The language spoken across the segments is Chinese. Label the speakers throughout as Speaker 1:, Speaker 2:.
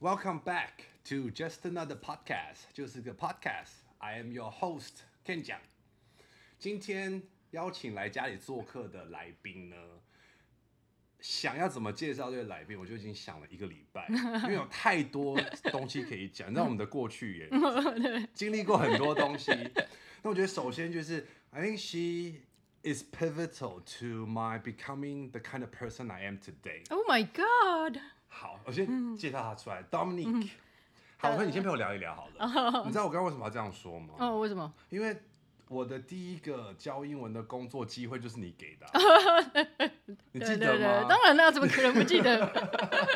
Speaker 1: Welcome back to just another podcast，就是个 podcast。I am your host Ken 讲。今天邀请来家里做客的来宾呢，想要怎么介绍这个来宾，我就已经想了一个礼拜，因为有太多东西可以讲。你知道我们的过去也经历过很多东西。那我觉得首先就是，I think she is pivotal to my becoming the kind of person I am today。
Speaker 2: Oh my god！
Speaker 1: 好，我
Speaker 2: 嗯
Speaker 1: 先介绍他出来、d o m i n i c
Speaker 2: 呃
Speaker 1: 好，那你先陪我聊一聊好了。你知道我刚刚为什么要这样说吗？
Speaker 2: 哦，为什么？
Speaker 1: 因为我的第一个教英文的工作机会就是你给的啊、 你记
Speaker 2: 对
Speaker 1: 得
Speaker 2: 对对，
Speaker 1: 吗？
Speaker 2: 当然了，怎么可能不 记得？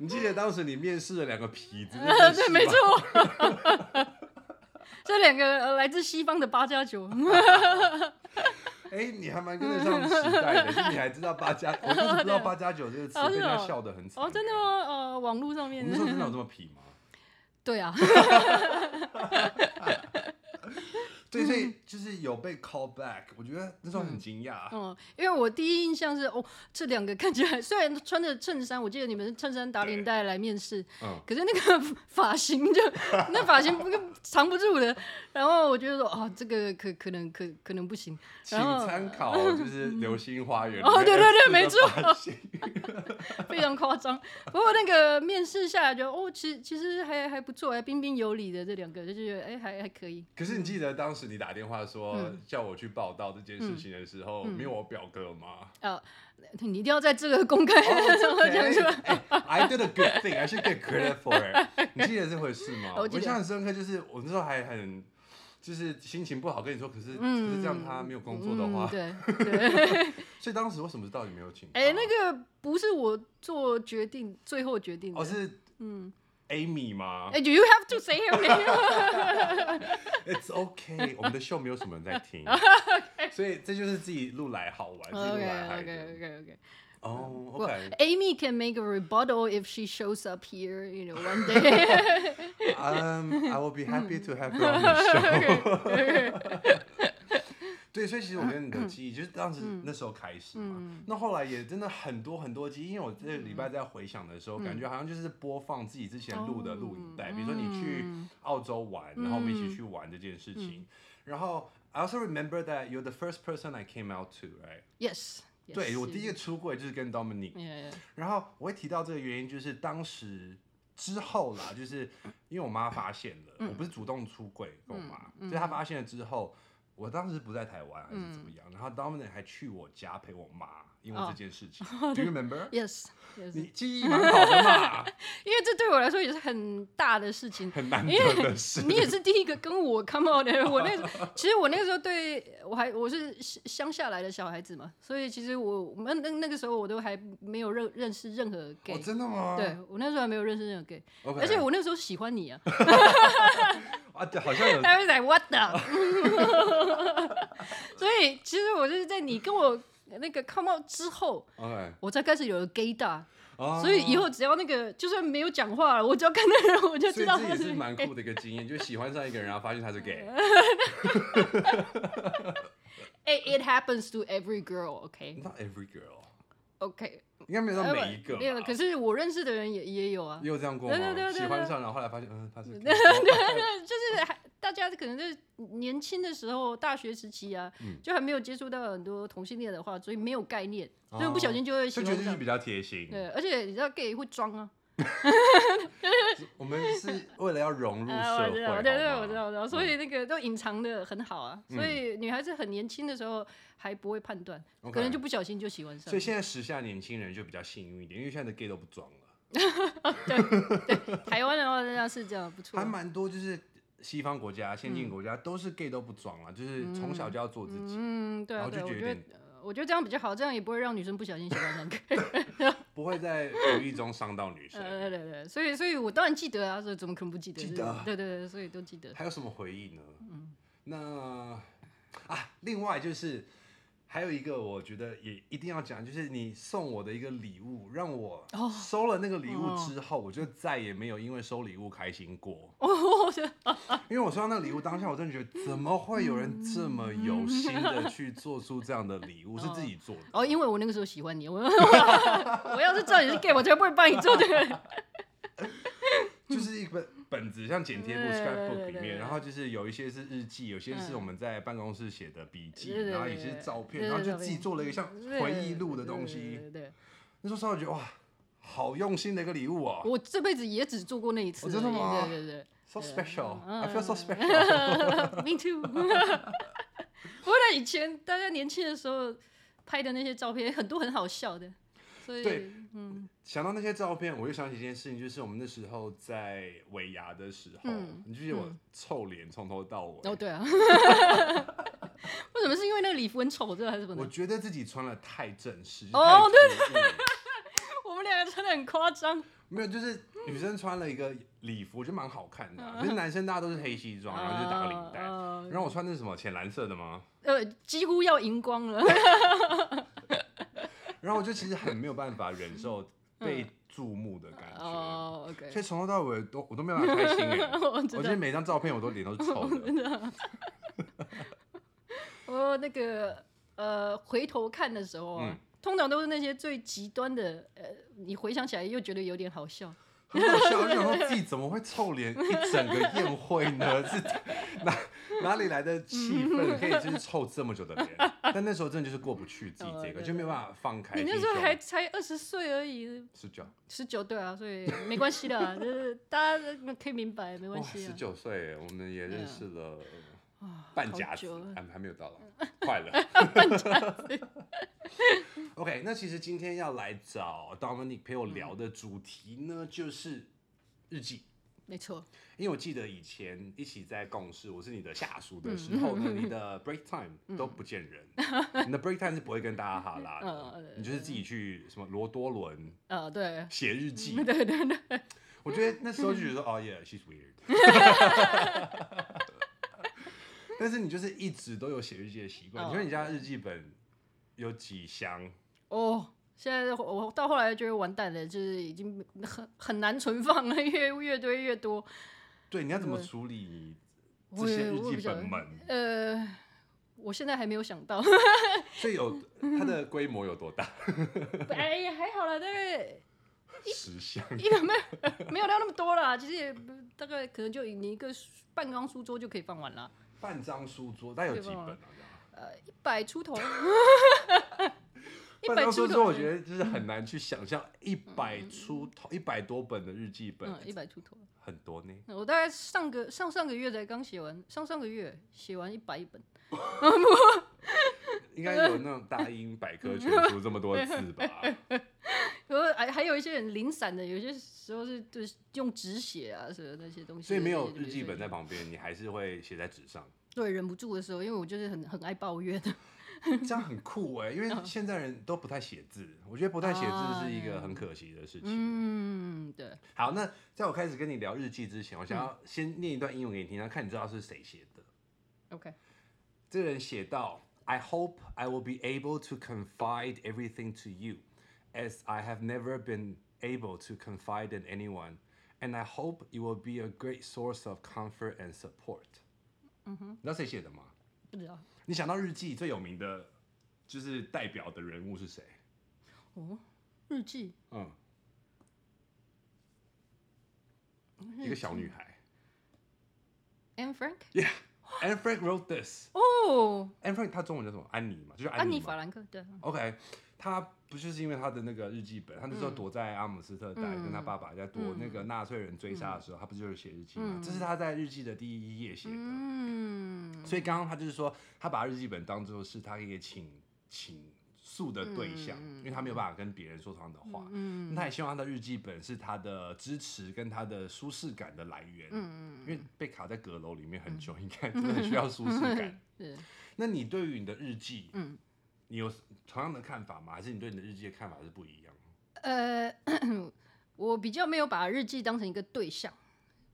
Speaker 1: 你记得当时你面试了两个痞子？
Speaker 2: 对， 没。错。这两个呃来自西方的八加九，
Speaker 1: 哎、你还蛮跟得上时代 的，就你还知道八加，我就是不知道八加九这个词，
Speaker 2: 哦
Speaker 1: 被
Speaker 2: 是
Speaker 1: 人家
Speaker 2: 哦
Speaker 1: 笑得很惨。
Speaker 2: 哦，真的？吗？呃，网络上
Speaker 1: 我
Speaker 2: 面
Speaker 1: 们，那时候真的有这么痞吗？
Speaker 2: 对啊，
Speaker 1: 对，所
Speaker 2: 嗯
Speaker 1: 以就是有被 call back，我觉得那时候很惊讶。啊
Speaker 2: 嗯，因为我第一印象是，哦，这两个看起来虽然穿着衬衫，我记得你们是衬衫打领带来面试，
Speaker 1: 嗯，
Speaker 2: 可是那个发型就 那发型不藏不住的，然后我觉得说，啊，这个可可能可可能不行，
Speaker 1: 请
Speaker 2: 然后嗯
Speaker 1: 参考 就是《流星花园》
Speaker 2: 哦
Speaker 1: 里面
Speaker 2: 对对对
Speaker 1: 的
Speaker 2: 没错
Speaker 1: 发现
Speaker 2: 非常夸张。不过那个面试下来就哦，其实其实还还不错，还彬彬有礼的这两个，就觉得哎还还可以。
Speaker 1: 可是你记得当时你打电话说
Speaker 2: 嗯
Speaker 1: 叫我去报道这件事情的时候，没有我表哥吗？
Speaker 2: 啊，你一定要在这个公开
Speaker 1: 哦
Speaker 2: 的场合 讲出来。
Speaker 1: 哎 I did a good thing, I should get credit for it。你记得这回事吗？
Speaker 2: 我
Speaker 1: 我
Speaker 2: 记得
Speaker 1: 印象很深刻，就是我那时候还很就是心情不好，跟你说，可是、可是这样他没有工作的话，
Speaker 2: 嗯、对对，
Speaker 1: 所以当时为什么知道你没有请他？
Speaker 2: 哎，那个不是我做决定，最后决定的。
Speaker 1: 哦是嗯 Amy 吗、
Speaker 2: 哎，Do you have to say her name？
Speaker 1: i t s OK，我们的秀没有什么人在听，所以这就是自己录来好玩，自己录
Speaker 2: OK
Speaker 1: 来嗨
Speaker 2: OK
Speaker 1: 的。
Speaker 2: OK OK。
Speaker 1: 哦
Speaker 2: Well,
Speaker 1: ，OK，
Speaker 2: Amy can make a rebuttal if she shows up here, you know, one day.
Speaker 1: Um, I will be happy to have you on the show. 对，所以其实我跟你的记忆就是当时那时候开始嘛，那后来也真的很多很多集，因为我这个礼拜在回想的时候，感觉好像就是播放自己之前录的录影带，比如说你去澳洲玩，然后我们一起去玩这件事情，然后 I also remember that you're the first person I came out to, right?
Speaker 2: yes, yes.
Speaker 1: 对我第一
Speaker 2: 个。
Speaker 1: 个出柜就是跟 Dominic，
Speaker 2: Yeah, yeah.
Speaker 1: 然后我会提到这个原因，就是当时之后啦，就是因为我妈发现了，
Speaker 2: 嗯
Speaker 1: 我不是主动出柜跟我妈，所以她发现了之后，我当时不在台湾还是
Speaker 2: 嗯
Speaker 1: 怎么样，然后 Dominic 还去我家陪我妈，因
Speaker 2: 哦
Speaker 1: 为这件事 情、d o you remember？
Speaker 2: Yes, yes.
Speaker 1: 你记忆蛮好的嘛，
Speaker 2: 因为这对我来说也是很大的事情，
Speaker 1: 很难得的事。
Speaker 2: 你也是第一个跟我 come out 的人。我 那时候，其实我那个时候对我还我是乡下来的小孩子嘛，所以其实我我们那那个时候我都还没有认认识任何 gay，、
Speaker 1: 哦，真的吗？
Speaker 2: 对我那时候还没有认识任何 gay，、
Speaker 1: ，OK，
Speaker 2: 而且我那时候喜欢你啊，
Speaker 1: 啊，对，好 像有
Speaker 2: 他会 like what the，所以其实我就是在你跟我那个 come out 之后，
Speaker 1: OK，
Speaker 2: 我才开始有了 gay 大，
Speaker 1: 哦
Speaker 2: 所以以后只要那个就算没有讲话，我只要看那个人，我就
Speaker 1: 所
Speaker 2: 知
Speaker 1: 以
Speaker 2: 道
Speaker 1: 这也
Speaker 2: 他
Speaker 1: 是
Speaker 2: 是
Speaker 1: 蛮酷的一个经验，就喜欢上一个人，然后发现他是 gay。
Speaker 2: 哎 it happens to every girl，OK，OK、
Speaker 1: Not every girl，应该没有
Speaker 2: 呃
Speaker 1: 到
Speaker 2: 不
Speaker 1: 每一个吧。
Speaker 2: 没有，可是我认识的人也也有啊
Speaker 1: 也，有这样过吗？
Speaker 2: 对对对对
Speaker 1: 喜欢
Speaker 2: 对
Speaker 1: 上，然后后来发现，嗯，他是 gay
Speaker 2: 那就是还大家可能在年轻的时候，大学时期啊，
Speaker 1: 嗯
Speaker 2: 就还没有接触到很多同性恋的话，所以没有概念，
Speaker 1: 哦
Speaker 2: 所以不小心就会喜
Speaker 1: 就觉
Speaker 2: 欢
Speaker 1: 得就是
Speaker 2: 上。
Speaker 1: 比较贴心。
Speaker 2: 对，而且你知道 gay 会装啊，
Speaker 1: 我们是为了要融入
Speaker 2: 啊，我
Speaker 1: 社
Speaker 2: 知
Speaker 1: 会，
Speaker 2: 道，对对，
Speaker 1: 好吗嗯
Speaker 2: 我知道，我知道，所以那个都隐藏的很好啊，所以女孩子很年轻的时候还不会判断，
Speaker 1: OK
Speaker 2: 可能就不小心就喜欢上
Speaker 1: 所以现在时下年轻人就比较幸运一点，因为现在的 gay 都不装了，
Speaker 2: 了。台湾的话，人家是这样，不错
Speaker 1: 还。蛮多就是西方国家、先进国家都是 gay 都不装了，就是从小就要做自己，
Speaker 2: 嗯，对
Speaker 1: 然后
Speaker 2: 啊，对
Speaker 1: 就
Speaker 2: 啊，我
Speaker 1: 觉得有
Speaker 2: 觉得
Speaker 1: 点。
Speaker 2: 呃我觉得这样比较好，这样也不会让女生不小心喜欢上 gay。
Speaker 1: 不会在无意中伤到 女生。
Speaker 2: 呃，对对对，所以所以我当然记得啊，所以怎么可能不记得？
Speaker 1: 记得啊
Speaker 2: 对对对，所以都记得。
Speaker 1: 还有什么回忆呢？那啊，另外就是还有一个，我觉得也一定要讲，就是你送我的一个礼物，让我收了那个礼物之后，我就再也没有因为收礼物开心过。
Speaker 2: 哦，是
Speaker 1: 因为我收到那个礼物当下，我真的觉得怎么会有人这么有心的去做出这样的礼物，是自己做的。
Speaker 2: 哦，因为我 那个时候喜欢你，我我要是知道你是 gay，我才不会帮你做这个。
Speaker 1: 就是一本 本子，像剪贴簿
Speaker 2: 对对对
Speaker 1: scrapbook
Speaker 2: 对
Speaker 1: 里
Speaker 2: 对嗯
Speaker 1: 面，然后就是有一些是日记，有些是我们在办公室写的笔记，
Speaker 2: 对对对
Speaker 1: 然后有
Speaker 2: 对
Speaker 1: 些是
Speaker 2: 对
Speaker 1: 照片，
Speaker 2: 对对
Speaker 1: 然后就
Speaker 2: 照
Speaker 1: 自己
Speaker 2: 片嗯
Speaker 1: 做了一个像回忆录的东西。
Speaker 2: 对对对对，
Speaker 1: 那时候稍微觉得哇，好用心的一个礼物哦
Speaker 2: 我这辈子也只做过那一
Speaker 1: 哦
Speaker 2: 次而已。
Speaker 1: 真的吗
Speaker 2: 对对 对
Speaker 1: ，so
Speaker 2: 对
Speaker 1: special，I
Speaker 2: 嗯
Speaker 1: feel so
Speaker 2: 嗯
Speaker 1: special。
Speaker 2: ，Me too 。 不过在以前大家年轻的时候拍的那些照片，很多很好笑的，所以
Speaker 1: 对
Speaker 2: 嗯
Speaker 1: 想到那些照片，我就想起一件事情，就是我们那时候在尾牙的时候，
Speaker 2: 嗯
Speaker 1: 你记得我
Speaker 2: 嗯
Speaker 1: 臭脸从头到尾，
Speaker 2: 哦对啊， 为什么是因为那个礼服很丑，这还是什么
Speaker 1: 我
Speaker 2: 呢？
Speaker 1: 觉得自己穿的太正式，
Speaker 2: 哦
Speaker 1: 对对，
Speaker 2: 我们两个穿的很夸张，
Speaker 1: 没有，就是女生穿了一个礼服，我觉得蛮好看的
Speaker 2: 嗯
Speaker 1: 啊、可是男生大家都是黑西装，然后就打个领带。
Speaker 2: 啊
Speaker 1: 然后我穿的是什么浅蓝色的吗？
Speaker 2: 呃，几乎要荧 光了。嗯
Speaker 1: 然后我就其实很没有办法忍受被注目的感觉，
Speaker 2: 哦
Speaker 1: 所
Speaker 2: ，OK，
Speaker 1: 以从头到尾都我都没有办法开心哎、
Speaker 2: 我
Speaker 1: 我
Speaker 2: 知
Speaker 1: 觉
Speaker 2: 道
Speaker 1: 得，每张照片我都脸都是臭 的，
Speaker 2: 我那个呃，回头看的时候啊，
Speaker 1: 嗯
Speaker 2: 通常都是那些最极端的，呃，你回想起来又觉得有点好笑。
Speaker 1: 很好笑。我就想说自己怎么会臭脸一整个宴会 呢？是哪哪里来的气
Speaker 2: 嗯
Speaker 1: 氛可以就是臭这么久的脸？但那时候真的就是过不去自己
Speaker 2: 哦
Speaker 1: 这个，
Speaker 2: 对
Speaker 1: 就没有办法放开
Speaker 2: 你
Speaker 1: 心胸。
Speaker 2: 那时候还才二十岁而已，
Speaker 1: 十九，
Speaker 2: 十九对啊，所以没关 系的，就是大家可以明白，没
Speaker 1: 哇，
Speaker 2: 关系
Speaker 1: 十
Speaker 2: 啊。
Speaker 1: 九岁耶，我们也认
Speaker 2: 嗯
Speaker 1: 识了
Speaker 2: 啊
Speaker 1: 半甲
Speaker 2: 好
Speaker 1: 子
Speaker 2: 久，了嗯
Speaker 1: 还还没有到了， 快 了。OK，那其实今天要来找 Dominic 陪
Speaker 2: 嗯
Speaker 1: 我聊的主题呢，就是日记。
Speaker 2: 没错，
Speaker 1: 因为我记得以前一起在共事，我是你的下属的时候
Speaker 2: 嗯
Speaker 1: 呢，你的 break time 都不见人，你的 break time 是不会跟大家哈 拉的
Speaker 2: 嗯，
Speaker 1: 你就是自己去什么罗多伦
Speaker 2: 呃，对，
Speaker 1: 写日记。
Speaker 2: 对对对，
Speaker 1: 我觉得那时候就觉得 说，哦，yeah，she's weird。但是你就是一直都有写日记的习惯，
Speaker 2: 哦
Speaker 1: 你觉得你家的日记本有几箱？
Speaker 2: 哦。现在我我到后来觉得完蛋了，就是已经很很难存放了， 越越堆越多。
Speaker 1: 对，你要怎么
Speaker 2: 对
Speaker 1: 处理这
Speaker 2: 嗯我
Speaker 1: 些
Speaker 2: 也
Speaker 1: 日
Speaker 2: 我也
Speaker 1: 记
Speaker 2: 不晓得
Speaker 1: 本们？
Speaker 2: 呃，我现在还没有想到，
Speaker 1: 所以有它的规模有多大？
Speaker 2: 哎呀，还好啦，大概
Speaker 1: 十箱。
Speaker 2: 一个没有没有到那么多啦， 其实也不大概可能就你一个半张书桌就可以放完了，
Speaker 1: 半张书桌，大概有几本啊？
Speaker 2: 呃，一百出头，
Speaker 1: 这
Speaker 2: 一
Speaker 1: 样
Speaker 2: 百
Speaker 1: 半张书
Speaker 2: 出
Speaker 1: 桌，
Speaker 2: 头，嗯
Speaker 1: 我觉得就是很难去想象一百出头、一百多本的日记本，
Speaker 2: 嗯，一百出头。
Speaker 1: 很多呢。
Speaker 2: 我大概上个上上个月才刚写完，上上个月写完一百一本，
Speaker 1: 应该有那种大英百科全书这么多字 吧？
Speaker 2: 然后还还有一些人零散的，有些时候是就是用纸写啊什么那些东西，
Speaker 1: 所以没有日记本在旁边，你还是会写在纸上，
Speaker 2: 对忍不住的时候，因为我就是很很爱抱怨，
Speaker 1: 这样很酷哎、因为现在人都不太写字，我觉得不太写字是一个很可惜的事情。
Speaker 2: 嗯，对，
Speaker 1: 好，那在我开始跟你聊日记之前，我想要先念一段英文给你听，然后看你知道是谁写的。
Speaker 2: OK，
Speaker 1: 这个人写到：I hope I will be able to confide everything to you, as I have never been able to confide in anyone, and I hope you will be a great source of comfort and support。嗯哼，你知道谁写的吗？
Speaker 2: 不知道
Speaker 1: 你想到日记最有名的，就是代表的人物是谁？
Speaker 2: 哦，日记，
Speaker 1: 嗯，一个小女孩。
Speaker 2: Anne Frank，
Speaker 1: Yeah, Anne Frank wrote this.
Speaker 2: 哦，
Speaker 1: Anne Frank 她中文叫什么？安妮嘛，就是安
Speaker 2: 安
Speaker 1: 妮
Speaker 2: 妮
Speaker 1: 嘛。
Speaker 2: 法兰克，对，
Speaker 1: OK，他不就是因为他的那个日记本，他那时
Speaker 2: 嗯
Speaker 1: 候躲在阿姆斯特丹，跟他爸爸在躲那个纳粹人追杀的时候，他不就是写日记吗？这是他在日记的第一页写的。
Speaker 2: 嗯，
Speaker 1: 所以刚刚他就是说，他把日记本当做是他可以请请诉的对
Speaker 2: 嗯
Speaker 1: 象，因为他没有办法跟别人说同样的话。嗯，他也希望他的日记本是他的支持跟他的舒适感的来源。嗯，因为被卡在阁楼里面很久，
Speaker 2: 嗯
Speaker 1: 应该真的很需要舒适 感。
Speaker 2: 是。
Speaker 1: 那你对于你的日记，嗯，你有同样的看法吗？还是你对你的日记的看法是不一样？
Speaker 2: 呃，我比较没有把日记当成一个对象，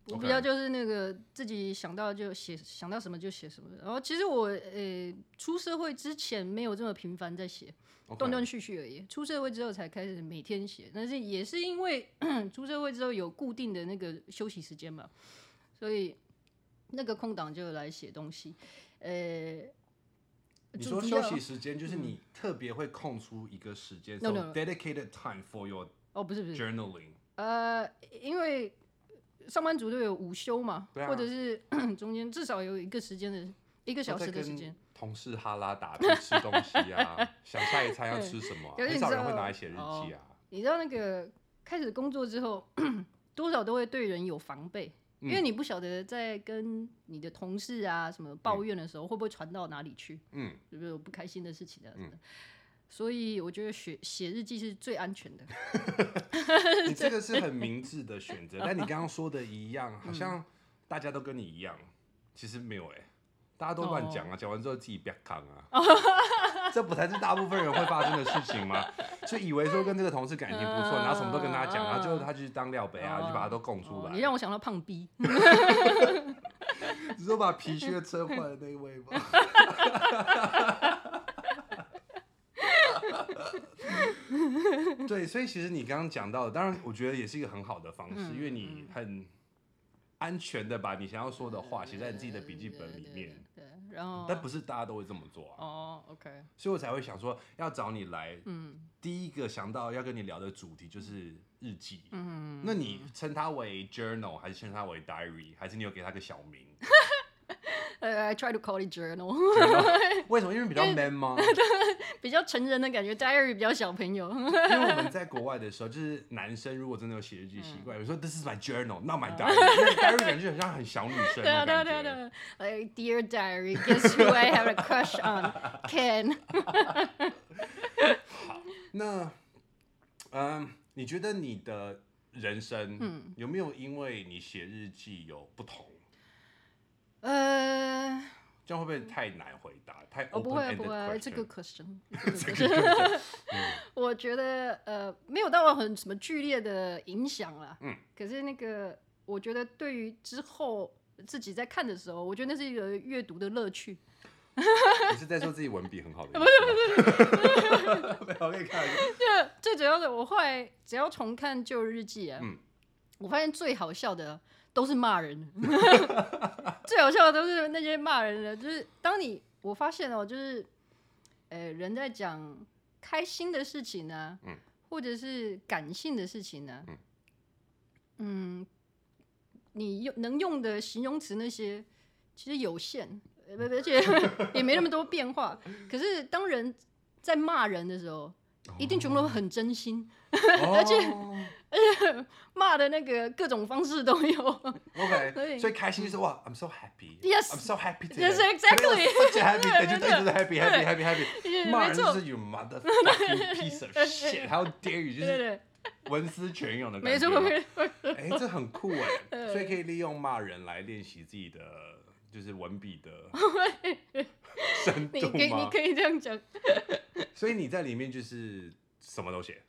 Speaker 2: 我
Speaker 1: OK
Speaker 2: 比较就是那个自己想到就写，想到什么就写什么。然后其实我呃出社会之前没有这么频繁在写，
Speaker 1: OK
Speaker 2: 断断续续而已。出社会之后才开始每天写，但是也是因为 出社会之后有固定的那个休息时间嘛，所以那个空档就来写东西。呃，
Speaker 1: 你
Speaker 2: 主
Speaker 1: 说
Speaker 2: 题
Speaker 1: 休
Speaker 2: 的
Speaker 1: 息时间，就是你特别会空出一个时间、s
Speaker 2: No, 嗯 no,
Speaker 1: o
Speaker 2: no. 哦
Speaker 1: dedicated time for your
Speaker 2: 哦不是不是，
Speaker 1: journaling。
Speaker 2: 呃，因为上班族都有午休嘛，
Speaker 1: 对啊哦
Speaker 2: 或者是 中间至少有一个时间的一个
Speaker 1: 一
Speaker 2: 小时的时间。。
Speaker 1: 同事哈拉打屁吃东西 啊，想下一餐要吃什么啊、
Speaker 2: 有点
Speaker 1: 很少人
Speaker 2: 知道
Speaker 1: 会拿来写日记啊。
Speaker 2: 你知道那个开始工作之后，多少都会对人有防备，因
Speaker 1: 嗯
Speaker 2: 为你不晓得在跟你的同事啊什么抱怨的时候，会不会传到哪里去，
Speaker 1: 嗯，
Speaker 2: 是不是有不开心的事情啊什么
Speaker 1: 嗯
Speaker 2: 的。所以我觉得写写日记是最安全的。
Speaker 1: 你这个是很明智的选择，但你刚刚说的一 样，好
Speaker 2: 嗯
Speaker 1: 像大家都跟你一样，其实没有哎、大家都乱讲
Speaker 2: 哦
Speaker 1: 啊，讲、完之后自己不要扛啊， 这不才是大部分人会发生的事情吗？就以为说跟这个同事感情不错，
Speaker 2: 嗯
Speaker 1: 然后什么都跟他讲，
Speaker 2: 嗯
Speaker 1: 然后最后他就去当料杯啊，
Speaker 2: 嗯
Speaker 1: 就把他都供 出
Speaker 2: 哦
Speaker 1: 来，
Speaker 2: 你让我想到胖逼，
Speaker 1: 只是把皮靴撑坏的那一位 吗？对，所以其实你刚刚讲到的，当然我觉得也是一个很好的方式，
Speaker 2: 嗯
Speaker 1: 因为你很安全的把你想要说的话写在你自己的笔记本里面，
Speaker 2: 对，然 后
Speaker 1: 但不是大家都会这么做啊，
Speaker 2: 哦，OK，
Speaker 1: 所以我才会想说要找你来，
Speaker 2: 嗯
Speaker 1: 第一个想到要跟你聊的主题就是日记，
Speaker 2: 嗯，
Speaker 1: 那你称它为 journal 还是称它为 diary，还是你有给它个小名？
Speaker 2: 呃，I try to call it journal，
Speaker 1: 为什么？因为比较 man 吗？
Speaker 2: 比较成人的感觉，diary 比较小朋友。
Speaker 1: 因为我们在国外的时候，就是男生如果真的有写日记习
Speaker 2: 嗯
Speaker 1: 惯，比如说 this is my journal, not my diary，因为 diary 感觉好像很小女生
Speaker 2: 对啊，
Speaker 1: 的
Speaker 2: 对
Speaker 1: 感
Speaker 2: 啊，对啊，对
Speaker 1: 觉。
Speaker 2: 啊。Like dear diary, guess who I have a crush on? Ken.
Speaker 1: 那，嗯，你觉得你的人
Speaker 2: 嗯
Speaker 1: 生有没有因为你写日记有不同？
Speaker 2: 呃，
Speaker 1: 这样会不会太难回答？太
Speaker 2: 哦，不
Speaker 1: open
Speaker 2: 会，不
Speaker 1: ended
Speaker 2: 会，这个
Speaker 1: question？
Speaker 2: question，这 个嗯 question，我 觉得呃，没有到很什么剧烈的影响啦。
Speaker 1: 嗯。
Speaker 2: 可是那个，我觉得对于之后自己在看的时候，我觉得那是一个阅读的乐趣。
Speaker 1: 你是在说自己文笔很 好的？不是不是， 没有可以看。
Speaker 2: 这最主要的，我后来只要重看旧日记啊，
Speaker 1: 嗯
Speaker 2: 我发现最好笑的都是骂人，最好笑的 都是那些骂人的。就是当你我发现哦，就是呃，人在讲开心的事情呢、
Speaker 1: 嗯
Speaker 2: 或者是感性的事情呢、嗯你用能用的形容词那些其实有限，呃，不而且 也没那么多变化。可是当人在骂人的时候，一定全部都很真心，
Speaker 1: 而且
Speaker 2: 骂的那个各种方式都有。 所
Speaker 1: ，OK，
Speaker 2: 以嗯
Speaker 1: 所以开心就是哇，I'm so happy。
Speaker 2: Yes
Speaker 1: I'm so happy today.
Speaker 2: Yes, exactly.
Speaker 1: Such a happy day.
Speaker 2: 对
Speaker 1: 就
Speaker 2: 对对
Speaker 1: 一直是 happy, happy, happy, happy.
Speaker 2: 对
Speaker 1: 骂人
Speaker 2: 没错
Speaker 1: 就是 you motherfucking piece of shit. How dare you？就
Speaker 2: 对对
Speaker 1: 是
Speaker 2: 对，
Speaker 1: 文思泉涌的感觉。
Speaker 2: 没错，没错。
Speaker 1: 哎，这很酷哎，所以可以利用骂人来练习自己的就是文笔的 深
Speaker 2: 你可
Speaker 1: 度
Speaker 2: 以，你
Speaker 1: 吗？
Speaker 2: 可以这样讲，
Speaker 1: 所以你在里面就是什么都写。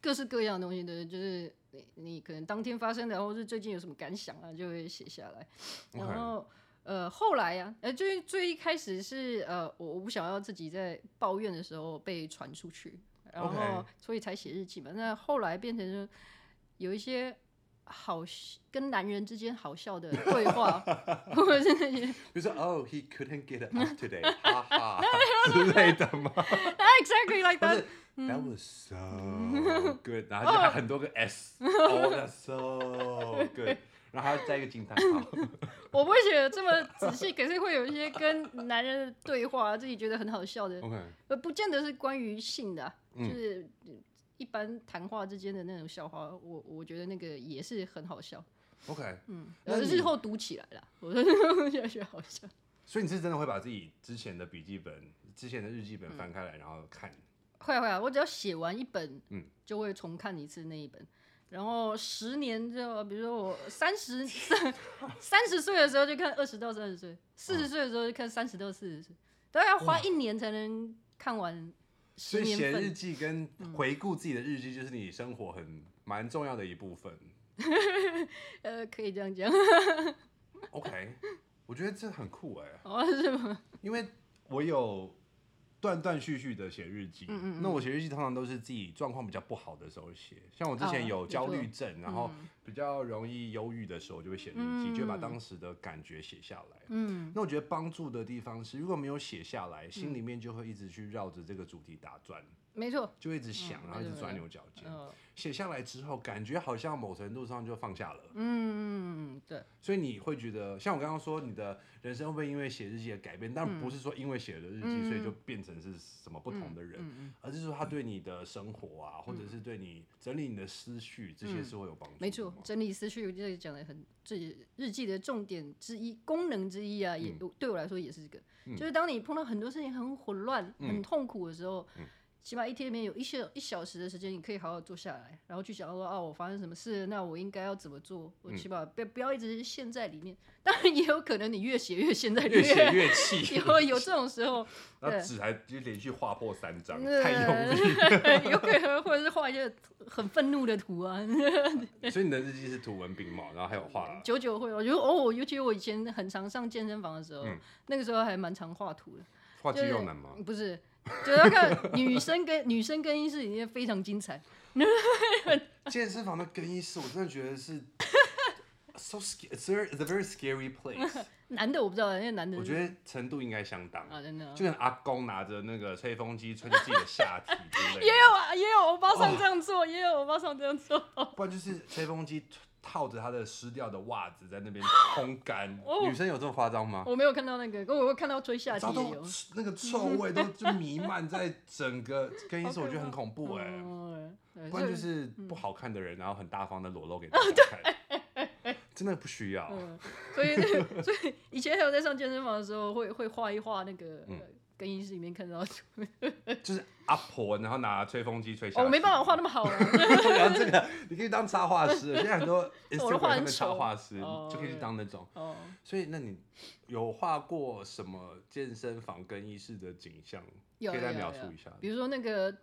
Speaker 2: 各式各样的东西对，就是你你可能当天发生的，或是最近有什么感想啊，就会写下来。
Speaker 1: OK
Speaker 2: 然后呃，后来呀、啊，呃，最最一开始是呃，我我不想要自己在抱怨的时候被传出去，然后
Speaker 1: OK
Speaker 2: 所以才写日记嘛。那后来变成说有一些。好跟男人之间好笑的对话， 或者是那些
Speaker 1: 比如说，Oh, he couldn't get up today，哈哈之类的吗？
Speaker 2: 啊 exactly like
Speaker 1: 不
Speaker 2: that，
Speaker 1: 是，That was so good，然后就还很多个 S，Oh, that's so good，然后还要加一个惊叹号。
Speaker 2: 我不会写的这么仔细，可是会有一些跟男人的对话，啊自己觉得很好笑的，
Speaker 1: OK，
Speaker 2: 呃，不见得是关于性的啊、
Speaker 1: 嗯
Speaker 2: 就是一般谈话之间的那种笑话，我我觉得那个也是很好笑，
Speaker 1: OK，嗯，
Speaker 2: 呃，
Speaker 1: 那你
Speaker 2: 日后读起来了，我说觉得 好笑。
Speaker 1: 所以你是真的会把自己之前的笔记本、之前的日记本翻开来，然后看。
Speaker 2: 会啊会啊，我只要写完一本，
Speaker 1: 嗯
Speaker 2: 就会重看一次那一本。然后十年之后，比如说我三十 三三十岁的时候就看二十到三十岁，四
Speaker 1: 啊
Speaker 2: 十岁的时候就看三十到四十岁，大概要花一年才能看完
Speaker 1: 所
Speaker 2: 十
Speaker 1: 以
Speaker 2: 年
Speaker 1: 写日
Speaker 2: 份。
Speaker 1: 记跟回顾自己的日记，就是你生活很蛮重要的一部分。
Speaker 2: 呃，可以这样讲，
Speaker 1: OK，我觉得这很酷哎、
Speaker 2: 哦，是吗？
Speaker 1: 因为我有断断续续的写日记，
Speaker 2: 嗯
Speaker 1: 那我写日记通常都是自己状况比较不好的时候写，像我之前
Speaker 2: 哦
Speaker 1: 有
Speaker 2: 你
Speaker 1: 焦虑
Speaker 2: 说嗯
Speaker 1: 症，然后比较容易忧郁的时候，我就会写日记，就会把当时的感觉写下来。
Speaker 2: 嗯，
Speaker 1: 那我觉得帮助的地方是，如果没有写下来，心里面就会一直去绕着这个主题打转。
Speaker 2: 没错，
Speaker 1: 就一直想，
Speaker 2: 嗯
Speaker 1: 然后一直
Speaker 2: 对对
Speaker 1: 钻
Speaker 2: 嗯对
Speaker 1: 牛角尖。
Speaker 2: 嗯
Speaker 1: 写下来之后，感觉好像某程度上就放下了，
Speaker 2: 嗯，对，
Speaker 1: 所以你会觉得，像我刚刚说，你的人生会因为写日记而改变，但不是说因为写了日记，
Speaker 2: 嗯
Speaker 1: 所以就变成是什么不同的人，而是说他对你的生活啊，或者是对你整理你的思绪，这些是会有帮助的吗。
Speaker 2: 嗯没错，整理思绪这个讲的很，这日记的重点之一、功能之一啊，也、
Speaker 1: 嗯
Speaker 2: 对我来说也是这个，就是当你碰到很多事情很混乱、
Speaker 1: 嗯
Speaker 2: 很痛苦的时候，起码一天里面有一些一小时的时间，你可以好好坐下来，然后去想说啊，我发生什么事，那我应该要怎么做？我
Speaker 1: 嗯
Speaker 2: 起码不要不要一直陷在里面。 当然也有可能你越写越陷在里
Speaker 1: 越写
Speaker 2: 面，
Speaker 1: 越气，
Speaker 2: 有有这种时候，
Speaker 1: 那
Speaker 2: 对
Speaker 1: 纸还就连续划破三张，
Speaker 2: 呃
Speaker 1: 太用 力。
Speaker 2: 有可能或者是画一些很愤怒的图啊，
Speaker 1: 所以你的日记是图文并茂，然后还有画，
Speaker 2: 久久会，我觉得哦，尤其我以前很常上健身房的时候，
Speaker 1: 嗯
Speaker 2: 那个时候还蛮常画图的，
Speaker 1: 画肌
Speaker 2: 就是
Speaker 1: 肉男吗？
Speaker 2: 不是，就要看女生跟女生更衣室里面非常精彩，
Speaker 1: 健身房的更衣室，我真的觉得 是 so scary, it's very, it's a very scary place。
Speaker 2: 男的我不知道，那个男的
Speaker 1: 我觉得程度应该相当，
Speaker 2: 啊，真的啊
Speaker 1: 就跟阿公拿着那个吹风机吹着自己的下体之类
Speaker 2: 也
Speaker 1: 的，
Speaker 2: 有啊，也有欧巴桑这样做，
Speaker 1: 啊
Speaker 2: 也有欧巴桑这样做，
Speaker 1: 不然就是吹风机套着他的湿掉的袜子在那边烘干。
Speaker 2: 哦
Speaker 1: 女生有这么夸张吗？
Speaker 2: 我没有看到那个，我我看到追下体
Speaker 1: 早
Speaker 2: 也
Speaker 1: 都
Speaker 2: 有。
Speaker 1: 那个臭味都就弥漫在整个更衣室，
Speaker 2: 好可怕
Speaker 1: 我觉得很恐怖哎、
Speaker 2: 哦对嗯
Speaker 1: 不然
Speaker 2: 所以
Speaker 1: 就是不好看的人，然后很大方的裸 露给大家看，真的不需要。
Speaker 2: 嗯，所以所以以前还有在上健身房的时候，会会画一画那个、
Speaker 1: 嗯
Speaker 2: 呃更衣室里面看到的图，
Speaker 1: 就是阿婆，然后拿吹风机吹下。
Speaker 2: 哦，我没办法画那么好啊，
Speaker 1: 法。然后这个你可以当插画师，现在很多
Speaker 2: 我都
Speaker 1: Instagram
Speaker 2: 画
Speaker 1: 上
Speaker 2: 很
Speaker 1: 面插
Speaker 2: 丑
Speaker 1: 画师
Speaker 2: 哦
Speaker 1: 就可以去当那种。
Speaker 2: 哦。
Speaker 1: 所以，那你有画过什么健身房更衣室的景象？
Speaker 2: 有
Speaker 1: 可以
Speaker 2: 有
Speaker 1: 再
Speaker 2: 有
Speaker 1: 描述一下。
Speaker 2: 比如说那个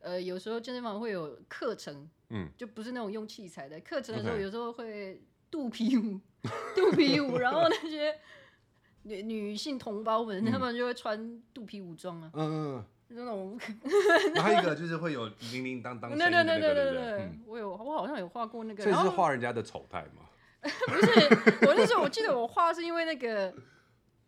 Speaker 2: 呃，有时候健身房会有课程，
Speaker 1: 嗯，
Speaker 2: 就不是那种用器材的课程的时候，
Speaker 1: OK
Speaker 2: 有时候会肚皮舞， 肚皮舞，然后那些女女性同胞们，她们就会穿肚皮武装啊，
Speaker 1: 嗯，嗯
Speaker 2: 那种。
Speaker 1: 嗯然后一个就是会有铃铃当当
Speaker 2: 对
Speaker 1: 声音的
Speaker 2: 对对
Speaker 1: 那
Speaker 2: 对
Speaker 1: 个，
Speaker 2: 对
Speaker 1: 对
Speaker 2: 对
Speaker 1: 不对？嗯
Speaker 2: 我有我好像有画过那个，
Speaker 1: 所以
Speaker 2: 然
Speaker 1: 是
Speaker 2: 后
Speaker 1: 画人家的丑态嘛？
Speaker 2: 不是我那时候我记得我画是因为那个，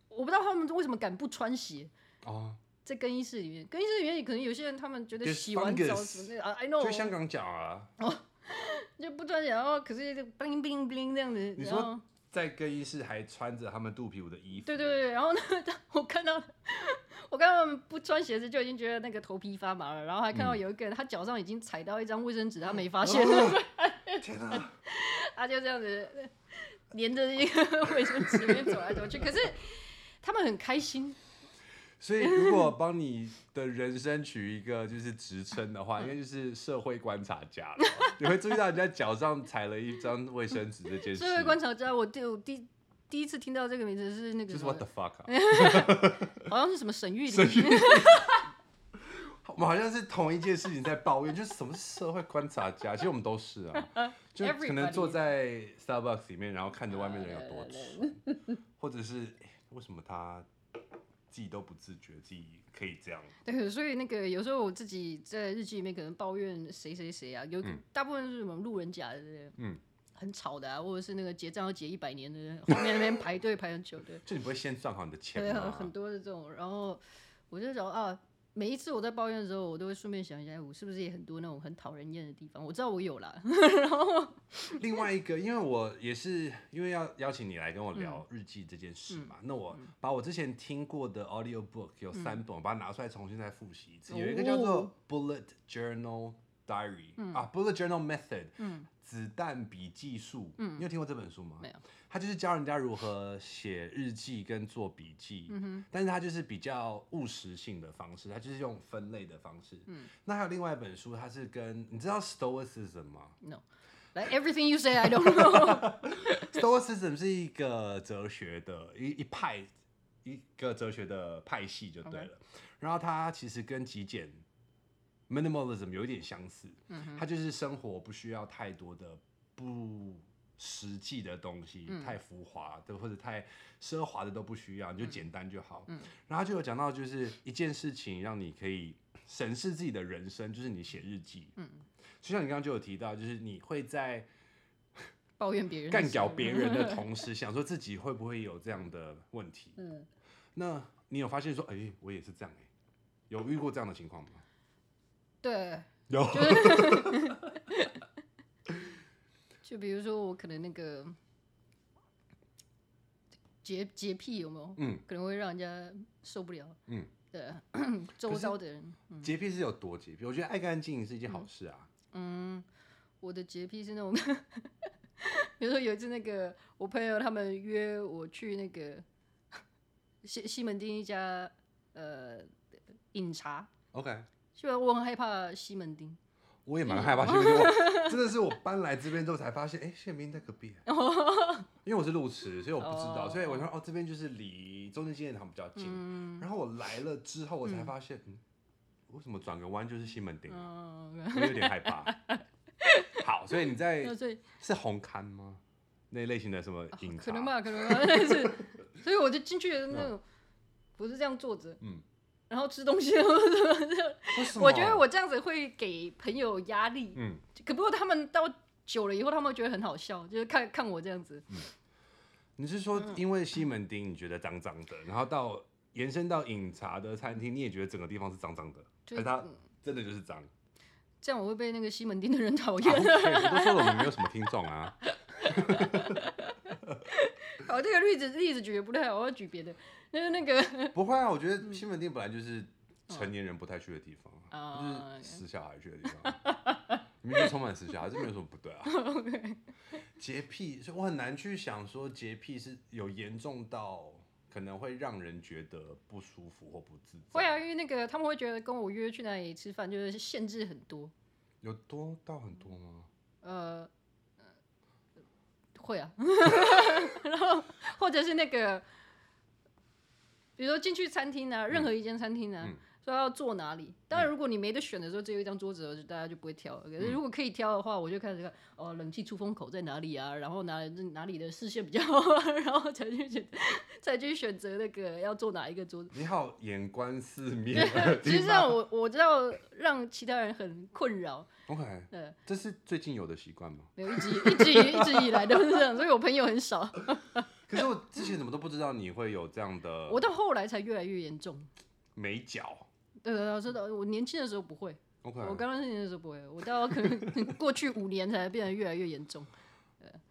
Speaker 2: 我不知道他们为什么敢不穿鞋。
Speaker 1: 哦，
Speaker 2: 在更衣室里面，更衣室里面可能有些人他们觉得
Speaker 1: 就是
Speaker 2: 洗完澡
Speaker 1: fungus
Speaker 2: 什么的啊，I know，
Speaker 1: 就香港脚啊，
Speaker 2: 就不穿鞋，然后可是就 bling bling bling 这样子，
Speaker 1: 你
Speaker 2: 然后
Speaker 1: 在更衣室还穿着他们肚皮舞的衣服。
Speaker 2: 对对对，然后呢， 我看到 我看到他们不穿鞋子就已经觉得那个头皮发麻了，然后还看
Speaker 1: 嗯
Speaker 2: 到有一个人、他脚上已经踩到一张卫 生纸，他没发现，
Speaker 1: 哦对，天哪！
Speaker 2: 他就这样子 连着一个卫生纸里面走来走 去，可是他们很开心，
Speaker 1: 所以，如果帮你的人生取一个就是职称的话，应该就是社会观察家了。 你会注意到人家脚上踩了一张卫生纸这件事。
Speaker 2: 社会观察家，我第我第第一次听到这个名字是那个
Speaker 1: 就是
Speaker 2: 什
Speaker 1: what
Speaker 2: 么
Speaker 1: the fuck 啊！
Speaker 2: 好像是什么沈 玉
Speaker 1: 所以
Speaker 2: 玲，
Speaker 1: 我们好像是同一件事情在抱怨，就是什么是社会观察家，其实我们都是 啊，就可能坐在 Starbucks 里面，然后看着外面的人有多蠢，或者 是、诶为什么他自己都不自觉自己可以这样，
Speaker 2: 对，所以那个有时候我自己在日记里面可能抱怨谁谁谁啊，有、大部分是什么路人甲的，
Speaker 1: 嗯，
Speaker 2: 很吵的啊，或者是那个结账要结一百年的，后面那边排队排很久的，
Speaker 1: 就你不会先算好你的钱
Speaker 2: 对，很啊
Speaker 1: 吗？
Speaker 2: 很多的这种。然后我就想啊，每一次我在抱怨的时候，我都会顺便想一下，哎我是不是也很多那种很讨人厌的地方？我知道我有啦，
Speaker 1: 另外一个，因为我也是因为要邀请你来跟我聊日记这件事嘛，那我把我之前听过的 audio book 有三本，我把它拿出来重新再复习一次。有一个叫做 Bullet Journal Diary、啊，Bullet Journal Method，嗯，子弹笔技术，嗯，你有听过这本书吗？
Speaker 2: 没有。
Speaker 1: 它就是教人家如何写日记跟做笔记，嗯、但是它就是比较务实性的方式，它就是用分类的方式。嗯，那还有另外一本书，它是跟你知道 Stoicism 吗？
Speaker 2: 来、everything you say I don't know，
Speaker 1: Stoicism 是一个哲学的一一派，一个哲学的派系就对了。然后它其实跟极简 minimalism 有一点相似，它就是生活不需要太多的不实际的东西，太浮华的或者太奢华的都不需要，你就简单就好。然后它就有讲到，就是一件事情让你可以审视自己的人生，就是你写日记。嗯，就像你刚刚就有提到，就是你会在。
Speaker 2: 抱怨别人的
Speaker 1: 干
Speaker 2: 事
Speaker 1: 掉别人 的同时，想说自己会不会有这样的问题？
Speaker 2: 嗯，
Speaker 1: 欸那你有发现说，哎、我也是这样哎、有遇过这样的情况吗？
Speaker 2: 对，
Speaker 1: 有
Speaker 2: 就比如说我可能那个洁洁癖有没有？
Speaker 1: 嗯，
Speaker 2: 可能会让人家受不了。
Speaker 1: 嗯，
Speaker 2: 对，啊 周遭的人，
Speaker 1: 洁癖是有多洁癖？我觉得爱干净是一件好事啊。
Speaker 2: 嗯，我的洁癖是那种， 比如说有一次那个我朋友他们约我去那个西西门町一家呃饮茶，
Speaker 1: OK，
Speaker 2: 虽然我很害怕西门町，
Speaker 1: 我也
Speaker 2: 嗯
Speaker 1: 蛮害怕谢 明我真的是我搬来这边之后才发现，哎、谢明在隔壁，啊 因为我是路痴，所以我不知道，
Speaker 2: 哦嗯
Speaker 1: 所以我说哦，这边就是离中正纪念堂比较近。然后我来了之后，我才发现，嗯，为什么转个弯就是西门町啊？
Speaker 2: 嗯，
Speaker 1: 我有点害怕。好，所以你在
Speaker 2: 那所以
Speaker 1: 是红刊吗？那类型的什么
Speaker 2: 啊
Speaker 1: 饮茶？
Speaker 2: 可能吧，可能吧， 但是所以我就进去的那种，我是这样坐着，
Speaker 1: 嗯，
Speaker 2: 然后吃东西，然后这样
Speaker 1: 为什么？啊
Speaker 2: 我觉得我这样子会给朋友压力，
Speaker 1: 嗯，
Speaker 2: 可不过他们到久了以后，他们会觉得很好笑，就是看看我这样子，
Speaker 1: 你是说
Speaker 2: 嗯
Speaker 1: 因为西门町你觉得脏脏的，然后到延伸到饮茶的餐厅，你也觉得整个地方是脏脏的，
Speaker 2: 就
Speaker 1: 还是它真的就是 脏？
Speaker 2: 这样我会被那个西门町的人讨
Speaker 1: 啊
Speaker 2: 厌。
Speaker 1: OK，我都说了我们没有什么听众啊。
Speaker 2: 好，这个例子例子举的不太好，我要举别的，就是那个
Speaker 1: 不会啊，我觉得西门町本来就是成年人不太去的地方，
Speaker 2: 啊
Speaker 1: 就是死小孩去的地方，里面就充满死小孩，这没有什么不 对啊。洁癖，所以我很难去想说洁癖是有严重到可能会让人觉得不舒服或不自在。
Speaker 2: 会啊，因为那个他们会觉得跟我约去哪里吃饭就是限制很多，
Speaker 1: 有多到很多吗？
Speaker 2: 呃，会啊， 然后或者是那个，比如说进去餐厅啊，任何一间餐厅啊，
Speaker 1: 嗯
Speaker 2: 说要坐哪里。当然，如果你没得选的时候，只有一张桌子，就大家就不会挑了。可是如果可以挑的话，我就开始看哦，冷气出风口在哪里啊？然后哪哪里的视线比较好啊， 然后才去选， 才去选择那个要坐哪一个桌子。
Speaker 1: 你好，眼观四 面的
Speaker 2: 其实
Speaker 1: 地
Speaker 2: 这样
Speaker 1: 方。
Speaker 2: 我我知道让其他人很困扰，
Speaker 1: OK，
Speaker 2: 对。
Speaker 1: 这是最近有的习惯吗？
Speaker 2: 没有，一直一直以一直以来都是这样，所以我朋友很少。
Speaker 1: 可是我之前怎么都不知道你会有这样的
Speaker 2: 我到后来才越来越严重。
Speaker 1: 美角。
Speaker 2: 对对对，真的，我年轻的时候不会，
Speaker 1: OK，
Speaker 2: 我刚认识你的时候不会，我到可 能过去五年才变得越来越严重。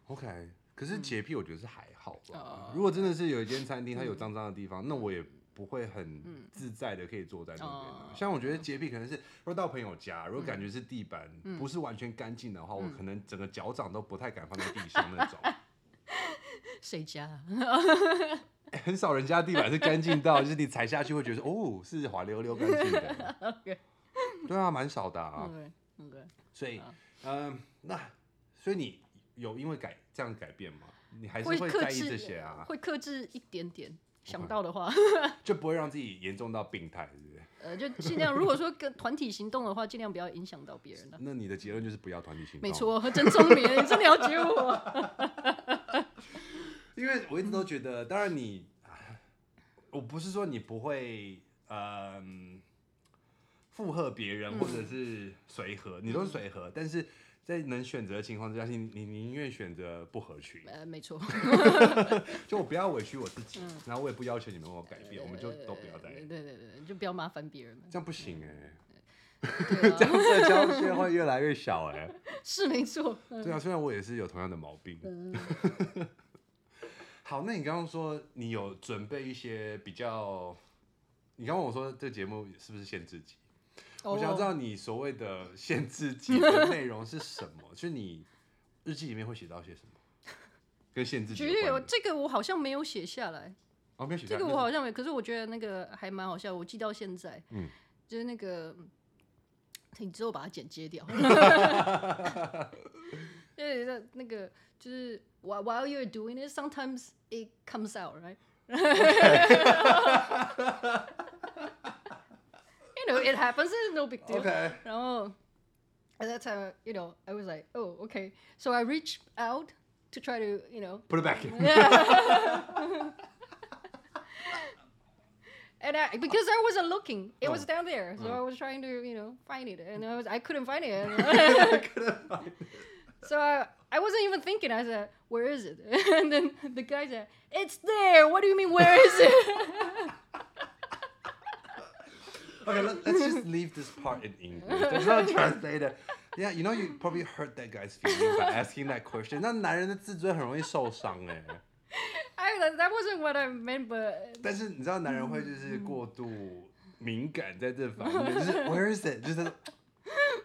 Speaker 1: OK，可是洁癖我觉得是还好吧。
Speaker 2: 嗯哦嗯
Speaker 1: 如果真的是有一间餐厅它有脏脏的地方，那我也不会很自在的可以坐在那边啊、
Speaker 2: 哦
Speaker 1: 像我觉得洁癖可能是，如果到朋友家，如果感觉是地板
Speaker 2: 嗯
Speaker 1: 不是完全干净的话，我可能整个脚掌都不太敢放在地上 那种。哎
Speaker 2: 谁家、啊？
Speaker 1: 欸很少人家地板是干净到，就是你踩下去会 觉得说哦是滑溜溜干净的。
Speaker 2: OK 嗯
Speaker 1: 对啊，蛮少的啊。
Speaker 2: 对对，
Speaker 1: 所以
Speaker 2: 好，
Speaker 1: 嗯、那所以你有因为改这样改变吗？你还是
Speaker 2: 会
Speaker 1: 会
Speaker 2: 克
Speaker 1: 在意
Speaker 2: 制
Speaker 1: 这些啊？
Speaker 2: 会克制一点点。想到的话，
Speaker 1: 就不会让自己严重到病态，是不是？
Speaker 2: 呃，就尽量。如果说跟团体行动的话，尽量不要影响到别人了。
Speaker 1: 那你的结论就是哦不要团体行动。
Speaker 2: 嗯没，错，真聪明，你真了解我。
Speaker 1: 因为我一直都觉得，当然你，我不是说你不会，嗯、附和别
Speaker 2: 嗯
Speaker 1: 人或者是随和，你都是随和，但是在能选择的情况之下，你你你宁愿选择不合群，
Speaker 2: 呃，没错，
Speaker 1: 就我不要委屈我自己，然后我也不要求你们帮我改变，我们就都不要再
Speaker 2: 嗯对对对对，就不要麻烦别 人了。
Speaker 1: 这样不行哎、
Speaker 2: 对
Speaker 1: 这
Speaker 2: 啊，
Speaker 1: 样社交圈会越来越小哎、
Speaker 2: 是没错。
Speaker 1: 对啊，虽然我也是有同样的毛病。
Speaker 2: 嗯
Speaker 1: 好，那你刚刚说你有准备一些比较，你刚刚问我说这节目是不是限制级？我想要
Speaker 2: 哦
Speaker 1: 知道你所谓的限制级的内容是什么， 就是你日记里面会写到些什么，跟限制级
Speaker 2: 举
Speaker 1: 有
Speaker 2: 例，我
Speaker 1: 关的。
Speaker 2: 这个我好像没有写下来，
Speaker 1: 哦，没有写下
Speaker 2: 这
Speaker 1: 来
Speaker 2: 个
Speaker 1: 那
Speaker 2: 我
Speaker 1: 是
Speaker 2: 好像没，可是我觉得那个还蛮好笑，我记到现在。
Speaker 1: 嗯，
Speaker 2: 就是那个，你之后把它剪接 掉。对，那那个就是 while while you're doing it, sometimes it comes out, right? you know, it happens. It's no big deal.
Speaker 1: OK。
Speaker 2: 然后 at that time, you know, I was like, oh, okay. So I reached out to try to, you know,
Speaker 1: Put it back in.
Speaker 2: and I because I wasn't looking, it
Speaker 1: Oh.
Speaker 2: was down there.
Speaker 1: Mm.
Speaker 2: So I was trying to, you know, find it, and I was I couldn't find it. so I, I wasn't even thinking. I said, "Where is it?" And then the guy said, "It's there." What do you mean, where is it?
Speaker 1: Okay, let, let's just leave this part in English. There's no translator. Yeah, you know, you probably hurt that guy's feelings by asking that question. 那男人的自尊很容易受伤哎、
Speaker 2: I that wasn't what I meant, but
Speaker 1: 但是你知道，男人会就是过度敏感在这方 面，就是 Where is it？就是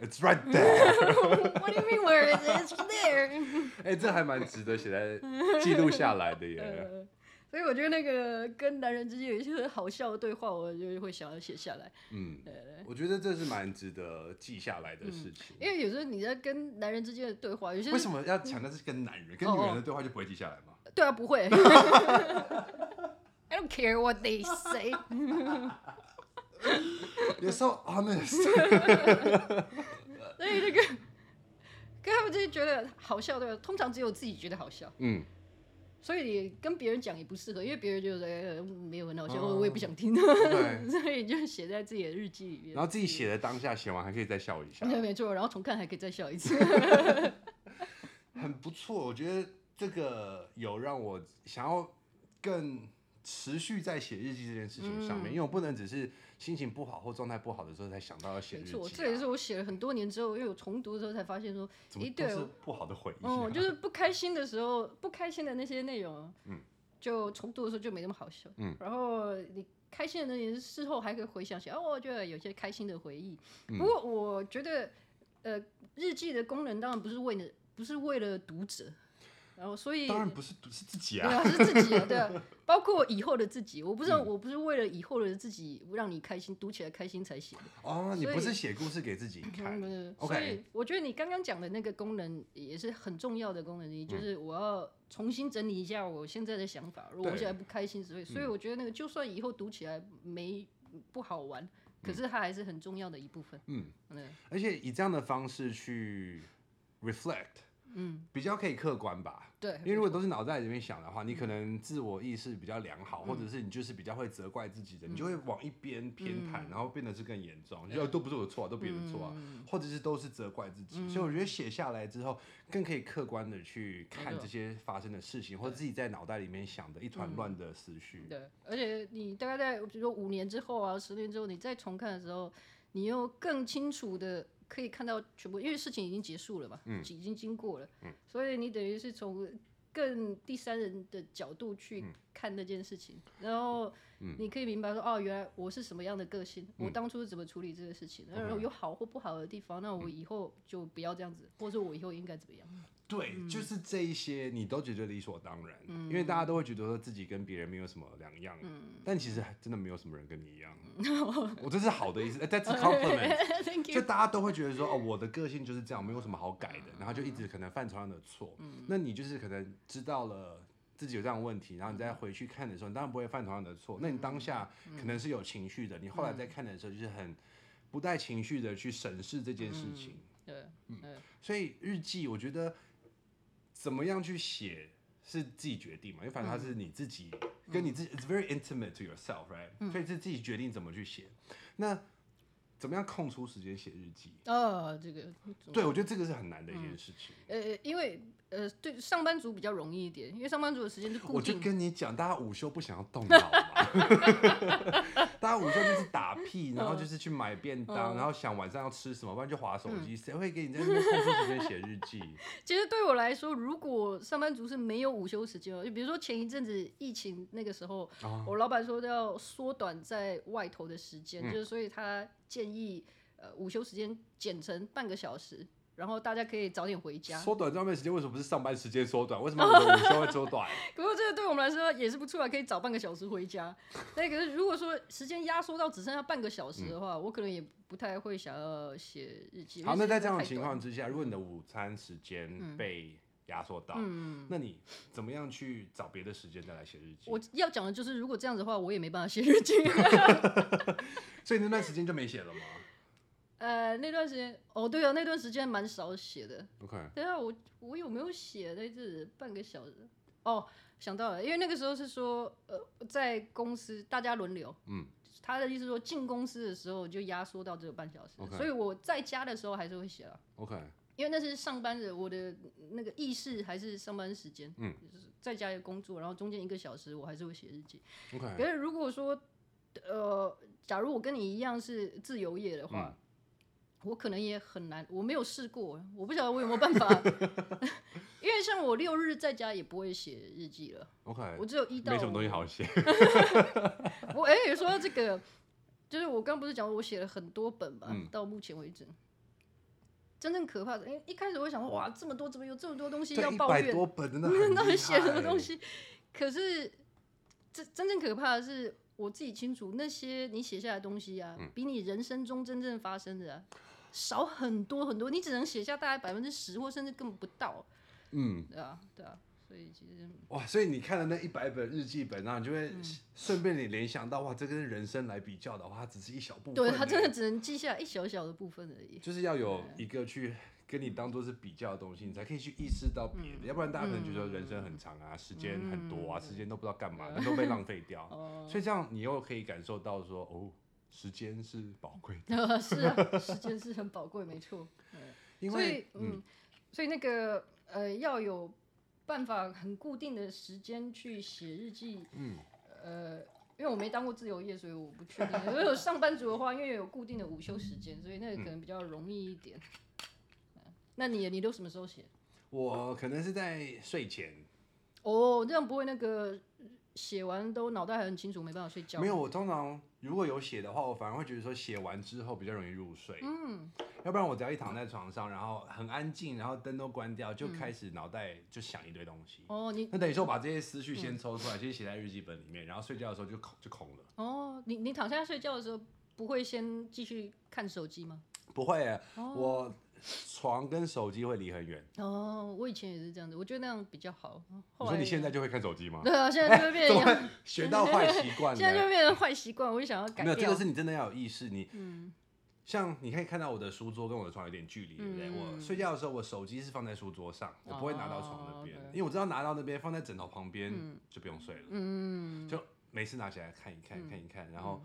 Speaker 1: It's right there。
Speaker 2: what do you mean where is it? It's there.
Speaker 1: 哎、这还蛮值得写 在记录下来的耶。
Speaker 2: 呃，所以我觉得那个跟男人之间有一些好笑的对话，我就会想要写下来，
Speaker 1: 嗯，我觉得这是蛮值得记下来的事情。
Speaker 2: 因为有时候你在跟男人之间的对话，有些
Speaker 1: 嗯为什么要强调是跟男人？跟女人的对话就不会记下来 吗？
Speaker 2: 对啊，不会。I don't care what they say
Speaker 1: 有时候 honest。
Speaker 2: 所以那个跟他们之间觉得好笑，对吧？通常只有自己觉得好笑，
Speaker 1: 嗯，
Speaker 2: 所以你跟别人讲也不适合，因为别人觉得、呃、没有很好笑，
Speaker 1: 哦
Speaker 2: 我也不想 听，
Speaker 1: 对
Speaker 2: 所以就写在自己的日记里面。
Speaker 1: 然后自己写的当下，写完还可以再笑一 下，
Speaker 2: 对，没错，然后重看还可以再笑一次。
Speaker 1: 很不错。我觉得这个有让我想要更持续在写日记这件事情
Speaker 2: 嗯
Speaker 1: 上面，因为我不能只是心情不好或状态不好的时候才想到要写
Speaker 2: 没
Speaker 1: 日记、啊。
Speaker 2: 错，这也是我写了很多年之后，因为我重读的时候才发现说，
Speaker 1: 怎么
Speaker 2: 诶，
Speaker 1: 都
Speaker 2: 对
Speaker 1: 是，不好的回忆、啊。
Speaker 2: 嗯，就是不开心的时候，不开心的那些内容，嗯，就重读的时候就没那么好笑，嗯，然后你开心的那些事后还可以回想起，哦，我觉得有些开心的回忆。
Speaker 1: 嗯
Speaker 2: 不过我觉得，呃，日记的功能当然不是为了，不是为了读者，然后所以
Speaker 1: 当然不是读是自己
Speaker 2: 对
Speaker 1: 啊，
Speaker 2: 啊，是自己的， 对啊，包括以后的自己，我不知道，
Speaker 1: 嗯
Speaker 2: 我不是为了以后的自己让你开心，读起来开心才写的。
Speaker 1: 哦，你
Speaker 2: 所以
Speaker 1: 不是写故事给自己看，
Speaker 2: 嗯，
Speaker 1: OK
Speaker 2: 所以我觉得你刚刚讲的那个功能也是很重要的功能，也
Speaker 1: 嗯
Speaker 2: 就是我要重新整理一下我现在的想法。如果我
Speaker 1: 对
Speaker 2: 现在不开心之类，
Speaker 1: 嗯
Speaker 2: 所以我觉得那个就算以后读起来没不好玩，可是它还是很重要的一部分。
Speaker 1: 嗯
Speaker 2: 嗯
Speaker 1: 而且以这样的方式去 reflect，
Speaker 2: 嗯，
Speaker 1: 比较可以客观吧。
Speaker 2: 对，嗯
Speaker 1: 因为如果都是脑袋里面想的话，你可能自我意识比较良好，或者是你就是比较会责怪自己
Speaker 2: 嗯
Speaker 1: 的，你就会往一边偏袒，然后变得是更严重，就都不是我的错啊，都别人的错啊，
Speaker 2: 嗯
Speaker 1: 或者是都是责怪自己。所以我觉得写下来之后，更可以客观的去
Speaker 2: 没
Speaker 1: 看
Speaker 2: 错嗯
Speaker 1: 这些发生的事情，或者自己在脑袋里面想的一团乱的思绪。
Speaker 2: 对，而且你大概在比如说五年之后啊，十年之后，你再重看的时候，你又更清楚的可以看到全部，因为事情已经结束了嘛，嗯，已经经过了，嗯，所以你等于是从更第三人的角度去看那件事情，然后你可以明白说，哦，原来我是什么样的个性，我当初是怎么处理这个事情，然后有好或不好的地方，那我以后就不要这样子，或者我以后应该怎么样？
Speaker 1: 对，
Speaker 2: 嗯
Speaker 1: 就是这一些你都觉得理所当然，因为大家都会觉得说自己跟别人没有什么两样，
Speaker 2: 嗯
Speaker 1: 但其实还真的没有什么人跟你一样。 我这是好的意思，呃 that's a compliment。
Speaker 2: Thank
Speaker 1: 就
Speaker 2: you。嗯
Speaker 1: 大家都会觉得说，哦，我的个性就是这样，没有什么好改的，然后就一直可能犯同样的错。那你就是可能知道了自己有这样的问题，然后你再回去看的时候，你当然不会犯同样的错。那你
Speaker 2: 嗯
Speaker 1: 当下可能是有情绪的，你后来再看的时候就是很不带情绪的去审视这件
Speaker 2: 嗯
Speaker 1: 事情。
Speaker 2: 对，
Speaker 1: 所以日记，我觉得怎么样去写是自己决定嘛，因为反正
Speaker 2: 嗯
Speaker 1: 它是你自己、跟你自己，it's very intimate to yourself，right？、所以
Speaker 2: 嗯
Speaker 1: 是自己决定怎么去写。那怎么样空出时间写日记？
Speaker 2: 哦，这个
Speaker 1: 对，我觉得这个是很难的一件事情。
Speaker 2: 呃，因为呃，对上班族比较容易一点，因为上班族的时间是固
Speaker 1: 我就
Speaker 2: 定的。
Speaker 1: 跟你讲，大家午休不想要动脑嘛， 大家午休就是打屁，然后就是去买便当，
Speaker 2: 嗯
Speaker 1: 然后想晚上要吃什么，不然就划手机。谁会给你在那边空出时间写日记？
Speaker 2: 其实对我来说，如果上班族是没有午休时间哦，就比如说前一阵子疫情那个时候，
Speaker 1: 哦
Speaker 2: 我老板说要缩短在外头的时
Speaker 1: 嗯
Speaker 2: 间，就是所以他建议呃午休时间减成半个小时，然后大家可以早点回家。
Speaker 1: 缩短上面时间，为什么不是上班时间缩短？为什么我的午休会缩 短？
Speaker 2: 不过这个对我们来说也是不错啊，可以早半个小时回家。那可是如果说时间压缩到只剩下半个小时的话，我可能也不太会想要写日记。因
Speaker 1: 嗯
Speaker 2: 为
Speaker 1: 好，那
Speaker 2: 时
Speaker 1: 在
Speaker 2: 间
Speaker 1: 这样的
Speaker 2: 太
Speaker 1: 情
Speaker 2: 短嗯
Speaker 1: 况之下，如果你的午餐时间被压缩到，
Speaker 2: 嗯
Speaker 1: 那你怎么样去找别的时间再来写日记？
Speaker 2: 我要讲的就是，如果这样子的话，我也没办法写日记。
Speaker 1: 所以那段时间就没写了吗
Speaker 2: 呃，那段时间，哦，对啊，那段时间蛮少写的。
Speaker 1: ？OK，
Speaker 2: 等一下我我有没有写那阵半个小时？哦，想到了，因为那个时候是说，呃，在公司大家轮流，
Speaker 1: 嗯，
Speaker 2: 他的意思说进公司的时候就压缩到只有半小时
Speaker 1: OK
Speaker 2: 所以我在家的时候还是会写啊。
Speaker 1: OK，
Speaker 2: 因为那是上班的，我的那个意识还是上班时间，
Speaker 1: 嗯，哎
Speaker 2: 就是在家里工作，然后中间一个小时我还是会写日记。
Speaker 1: OK，
Speaker 2: 可是如果说呃，假如我跟你一样是自由业的话，
Speaker 1: 嗯
Speaker 2: 我可能也很难，我没有试过，我不晓得我有没有办法， 因为像我六日在家也不会写日记了，
Speaker 1: ，OK，
Speaker 2: 我只有一到
Speaker 1: 哎没什么东西
Speaker 2: 五
Speaker 1: 好写，
Speaker 2: 我哎、说到这个，就是我刚不是讲我写了很多本吧，
Speaker 1: 嗯
Speaker 2: 到目前为止，真正可怕的，因为一开始我想说哇，这么多，怎么有这么多东西要
Speaker 1: 对，一
Speaker 2: 抱
Speaker 1: 百
Speaker 2: 怨？
Speaker 1: 多本真的很
Speaker 2: 那
Speaker 1: 厉
Speaker 2: 底写什么
Speaker 1: 害欸
Speaker 2: 东？西？可是这真正可怕的是，我自己清楚那些你写下的东西
Speaker 1: 嗯
Speaker 2: 啊，比你人生中真正发生的、啊、少很多很多，你只能写下大概百分之十，或甚至根本不到，啊
Speaker 1: 嗯，
Speaker 2: 对啊，对啊，所以其实
Speaker 1: 哇，所以你看了那一百本日记本，然后你就
Speaker 2: 嗯
Speaker 1: 会顺便你联想到，哇，这跟人生来比较的话，它只是一小部分欸。
Speaker 2: 对他真的只能记下一小小的部分而已。
Speaker 1: 就是要有一个去跟你当做是比较的东西，你才可以去意识到别的，
Speaker 2: 嗯
Speaker 1: 要不然大家可能觉得人生很长啊，时间很多啊，时间都不知道干嘛，
Speaker 2: 嗯
Speaker 1: 那都被浪费 掉。
Speaker 2: 哦
Speaker 1: 所以这样你又可以感受到说，哦，时间是宝贵的，
Speaker 2: 呃，是啊，时间是很宝贵，没错。
Speaker 1: 因
Speaker 2: 所
Speaker 1: 为
Speaker 2: 以嗯，所以那个呃，要有办法很固定的时间去写日记。嗯，呃，因为我没当过自由业，所以我不确定。如果有上班族的话，因为有固定的午休时间，所以那个可能比较容易一点。嗯那你你都什么时候写？
Speaker 1: 我可能是在睡前，
Speaker 2: 哦，这样不会那个写完都脑袋还很清楚，没办法睡觉。
Speaker 1: 没有，我通常如果有写的话，我反而会觉得说写完之后比较容易入睡。嗯，要不然我只要一躺在床上，然后很安静，然后灯都关掉，就开始脑袋就想一堆东西。
Speaker 2: 哦，你
Speaker 1: 那等于说我把这些思绪先抽出来，先写在日记本里面，然后睡觉的时候就空就空了。
Speaker 2: 哦，你你躺下睡觉的时候，不会先继续看手机吗？
Speaker 1: 不会耶，我床跟手机会离很远。
Speaker 2: 哦，我以前也是这样子，我觉得那样比较好。
Speaker 1: 你
Speaker 2: 后
Speaker 1: 说
Speaker 2: 来
Speaker 1: 你现在就会看手机吗？
Speaker 2: 对啊，现在就会变
Speaker 1: 哎怎
Speaker 2: 成
Speaker 1: 么会学到坏习惯
Speaker 2: 现在就
Speaker 1: 了？
Speaker 2: 会变成坏习惯，我就想要改
Speaker 1: 没有，
Speaker 2: 掉。嗯
Speaker 1: 这个是你真的要有意识。你，像你可以看到我的书桌跟我的床有点距离，对不对？
Speaker 2: 嗯
Speaker 1: 我睡觉的时候，我手机是放在书桌上，我不会拿到床那边
Speaker 2: 哦，
Speaker 1: 因为我知道拿到那边放在枕头旁边就不用睡了，
Speaker 2: 嗯，
Speaker 1: 就没事拿起来看一看，看一看，然后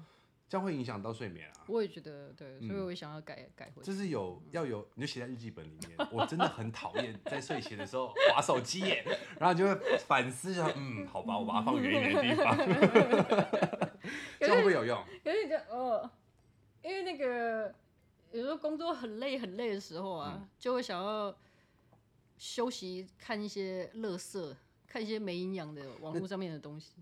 Speaker 1: 这样会影响到睡眠啊。
Speaker 2: 我也觉得对，所以我也想要改、改回。
Speaker 1: 这是有要有，你就写在日记本里面。我真的很讨厌在睡前的时候划手机耶，然后你就会反思说，嗯，好吧，我把它放远一点的地方，这样会不会有用？
Speaker 2: 可是你就哦，因为那个有时候工作很累很累的时候啊，就会想要休息，看一些乐色，看一些没营养的网络上面的东西。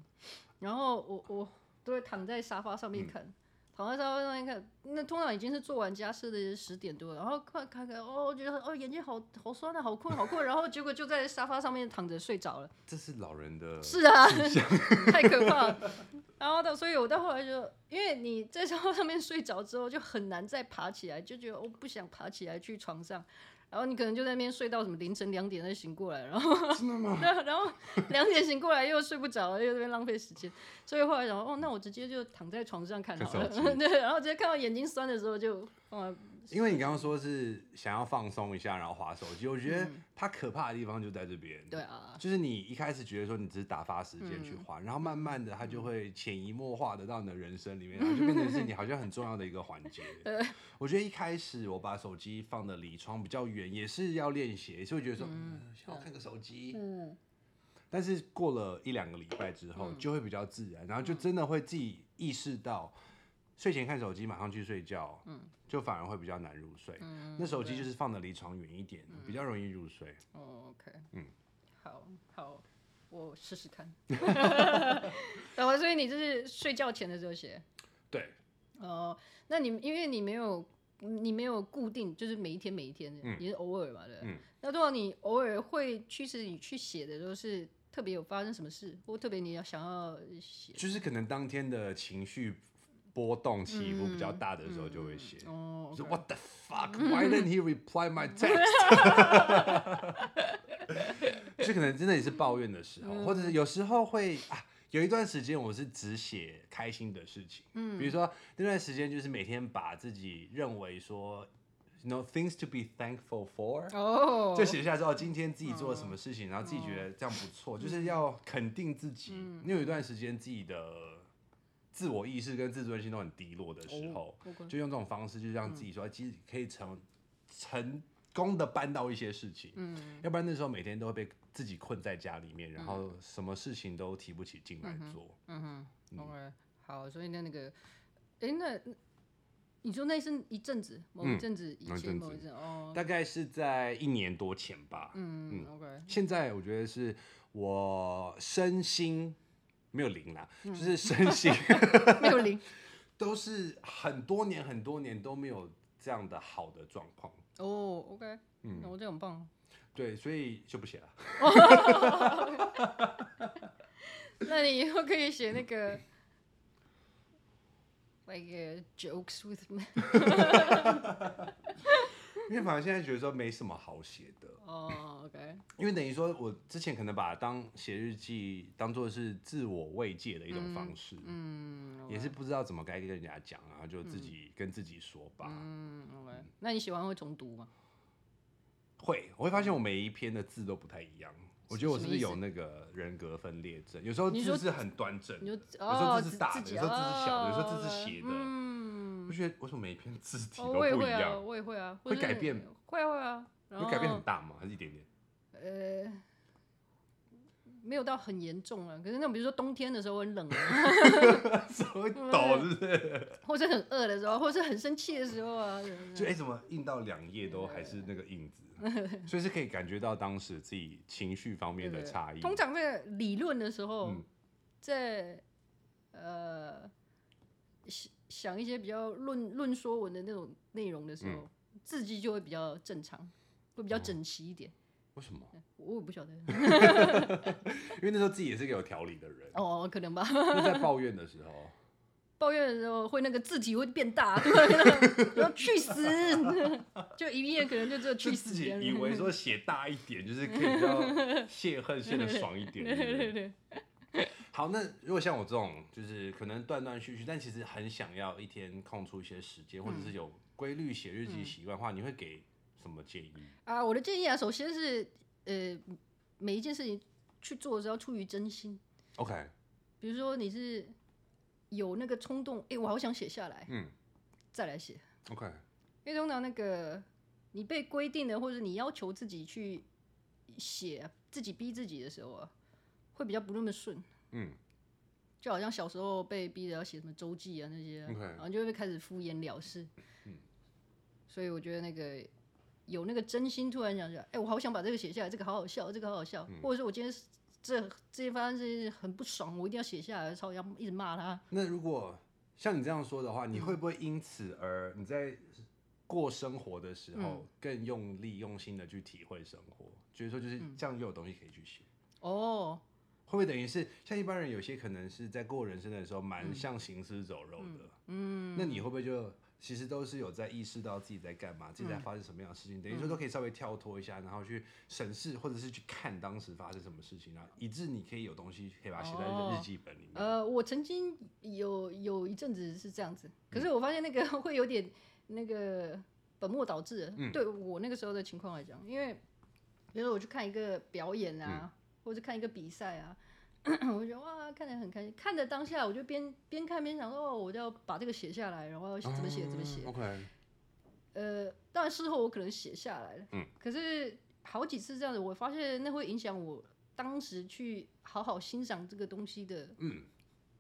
Speaker 2: 然后我我都会躺在沙发上面看，躺在沙发上面看。那通常已经是做完家事的十点多了，然后看看看，哦，我觉得哦眼睛好好酸啊，好困好困，然后结果就在沙发上面躺着睡着了。
Speaker 1: 这是老人的，
Speaker 2: 是啊， 太可怕了。然后到，所以我到后来就，因为你在沙发上面睡着之后，就很难再爬起来，就觉得我不想爬起来去床上。然后你可能就在那边睡到什么凌晨两点再醒过来，然后
Speaker 1: 真的吗？
Speaker 2: 然后然后两点醒过来又睡不着了，又在那边浪费时间。所以后来想说，哦，那我直接就躺在床上看好了。
Speaker 1: 看手
Speaker 2: 对，然后直接看到眼睛酸的时候就放在
Speaker 1: 因为你刚刚说是想要放松一下，然后划手机，我觉得它可怕的地方就在这边。
Speaker 2: 对啊，
Speaker 1: 就是你一开始觉得说你只是打发时间去花，然后慢慢的它就会潜移默化的到你的人生里面，然后就变成是你好像很重要的一个环节。我觉得一开始我把手机放的离窗比较远，也是要练习，也是会觉得说，嗯，想要看个手机。
Speaker 2: 嗯，
Speaker 1: 但是过了一两个礼拜之后，就会比较自然，然后就真的会自己意识到，睡前看手机，马上去睡觉，嗯，就反而会比较难入睡。那手机就是放的离床远一点，比较容易入睡。
Speaker 2: 哦，OK，
Speaker 1: 嗯，
Speaker 2: 好好，我试 试看。然后，所以你就是睡觉前的时候写
Speaker 1: 对，
Speaker 2: 哦？那你因为你没有你没有固定，就是每一天每一天的，也是偶尔嘛，对吧。
Speaker 1: 嗯
Speaker 2: 那通常你偶尔会驱使你去写的，都是特别有发生什么事，或特别你要想要写。
Speaker 1: 就是可能当天的情绪波动起伏比较大的时候，就会写。
Speaker 2: 哦
Speaker 1: 我说
Speaker 2: ，OK，
Speaker 1: What the fuck? Why didn't he reply my text? 就可能真的也是抱怨的时候，或者是有时候会啊，有一段时间我是只写开心的事情，嗯，比如说那段时间就是每天把自己认为说，you know things to be thankful for，
Speaker 2: 哦，
Speaker 1: 就写下之后，今天自己做了什么事情，然后自己觉得这样不错，就是要肯定自己。因为有一段时间自己的自我意识跟自尊心都很低落的时候，
Speaker 2: OK
Speaker 1: 就用这种方式，就让自己说，哎其实可以成成功的办到一些事情。
Speaker 2: 嗯
Speaker 1: 要不然那时候每天都会被自己困在家里面，然后什么事情都提不起劲来做。
Speaker 2: 嗯哼，OK，好，所以那那个，哎，那你说那是一阵子，某一阵子以
Speaker 1: 嗯某一
Speaker 2: 前，
Speaker 1: 阵
Speaker 2: 某一阵哦，
Speaker 1: 大概是在一年多前吧。
Speaker 2: 嗯，OK，
Speaker 1: 现在我觉得是我身心没有灵啦，就是身心
Speaker 2: 没有零
Speaker 1: 都是很多年很多年都没有这样的好的状况。
Speaker 2: 哦，OK，
Speaker 1: 嗯
Speaker 2: 那我这很棒，
Speaker 1: 对，所以就不写了。
Speaker 2: 那你以后可以写 那个 like uh, jokes with me
Speaker 1: 因为反正现在觉得说没什么好写的，
Speaker 2: 哦，OK，
Speaker 1: 因为等于说我之前可能把它当写日记当做是自我慰藉的一种方式，
Speaker 2: 嗯，OK，
Speaker 1: 也是不知道怎么该跟人家讲，然后就自己跟自己说吧。
Speaker 2: 嗯，OK，那你写完会重读吗？
Speaker 1: 会，我会发现我每一篇的字都不太一样。我觉得我是不是
Speaker 2: 什么意
Speaker 1: 有
Speaker 2: 思
Speaker 1: 那个人格分裂症？有时候
Speaker 2: 你说
Speaker 1: 字是很端正，
Speaker 2: 你就
Speaker 1: 有时候
Speaker 2: 哦，
Speaker 1: 字
Speaker 2: 自
Speaker 1: 是大的
Speaker 2: 自己
Speaker 1: 有时候字是小的有时候字是
Speaker 2: 哦
Speaker 1: 斜的
Speaker 2: 嗯
Speaker 1: 我，觉得为什么每一篇字体
Speaker 2: 哦，
Speaker 1: 都
Speaker 2: 我也
Speaker 1: 不一
Speaker 2: 会啊，
Speaker 1: 样？
Speaker 2: 我也会啊，
Speaker 1: 会
Speaker 2: 或者是
Speaker 1: 改变，
Speaker 2: 会啊会啊，然
Speaker 1: 会改变很
Speaker 2: 后
Speaker 1: 大吗？还是一点点？
Speaker 2: 呃。没有到很严重啊，可是那种比如说冬天的时候很冷啊，
Speaker 1: 怎么会抖？是不是？
Speaker 2: 或者很饿的时候，或者很生气的时候啊，对不对
Speaker 1: 就哎、怎么印到两页都还是那个印子？ 所以是可以感觉到当时自己情绪方面的
Speaker 2: 对
Speaker 1: 差异。
Speaker 2: 通常那个理论的时候，
Speaker 1: 嗯
Speaker 2: 在呃想想一些比较论论说文的那种内容的时
Speaker 1: 嗯
Speaker 2: 候，字迹就会比较正常，会比较整齐一点。
Speaker 1: 为 什么？
Speaker 2: 我也不晓得，，
Speaker 1: 因为那时候自己也是个有条理的人
Speaker 2: 哦，可能吧。
Speaker 1: 就在抱怨的时候，
Speaker 2: 抱怨的时候会那个字体会变大， 对，然后去死， 就一页可能就只有
Speaker 1: 就
Speaker 2: 去
Speaker 1: 自
Speaker 2: 死
Speaker 1: 己
Speaker 2: 这样。
Speaker 1: 以为说写大一点，就是可以比较泄恨泄的爽一 点。
Speaker 2: 对
Speaker 1: 对不对
Speaker 2: 对对，
Speaker 1: 好，那如果像我这种，就是可能断断续续，但其实很想要一天空出一些时间，或者
Speaker 2: 嗯
Speaker 1: 是有规律写日记习惯的话，你会给什么建议？
Speaker 2: 啊，我的建议啊，首先是呃，每一件事情去做的时候出于真心，
Speaker 1: OK，
Speaker 2: 比如说你是有那个冲动，哎、我好想写下来，
Speaker 1: 嗯
Speaker 2: 再来写。
Speaker 1: ，OK，
Speaker 2: 因为通常那个你被规定的，或者你要求自己去写、自己逼自己的时候啊，会比较不那么顺。
Speaker 1: 嗯，
Speaker 2: 就好像小时候被逼着要写什么周记啊那些啊、
Speaker 1: OK
Speaker 2: 然后就会开始敷衍了事。嗯，所以我觉得那个有那个真心，突然想想，哎、我好想把这个写下来，这个好好笑，这个好好笑，或者是我今天是这这一发生这件事很不爽，我一定要写下来，超要一直骂他。
Speaker 1: 那如果像你这样说的话，你会不会因此而你在过生活的时
Speaker 2: 嗯
Speaker 1: 候更用力、用心的去体会生活？觉得说就是
Speaker 2: 嗯
Speaker 1: 这样又有东西可以去写，
Speaker 2: 哦、
Speaker 1: 会不会等于是像一般人有些可能是在过人生的时候
Speaker 2: 嗯
Speaker 1: 蛮像行尸走肉的？嗯，那你会不会就其实都是有在意识到自己在干嘛，自己在
Speaker 2: 嗯
Speaker 1: 发生什么样的事情？等于说都可以稍微跳脱一下，然后去审视或者是去看当时发生什么事情，然啊后以致你可以有东西可以把它写在
Speaker 2: 哦
Speaker 1: 日记本里面。
Speaker 2: 呃，我曾经有有一阵子是这样子，可是我发现那个 会有点那个本末倒置了。对我那个时候的情况来讲，因为比如说我去看一个表演啊，或者看一个比赛啊， 我就觉得哇，看得很开心。看的当下，我就边边看边想说，哦，我就要把这个写下来，然后要怎么写怎么写。
Speaker 1: o k
Speaker 2: 呃，当然事后我可能写下来了，
Speaker 1: 嗯，
Speaker 2: 可是好几次这样子，我发现那会影响我当时去好好欣赏这个东西的，
Speaker 1: 嗯，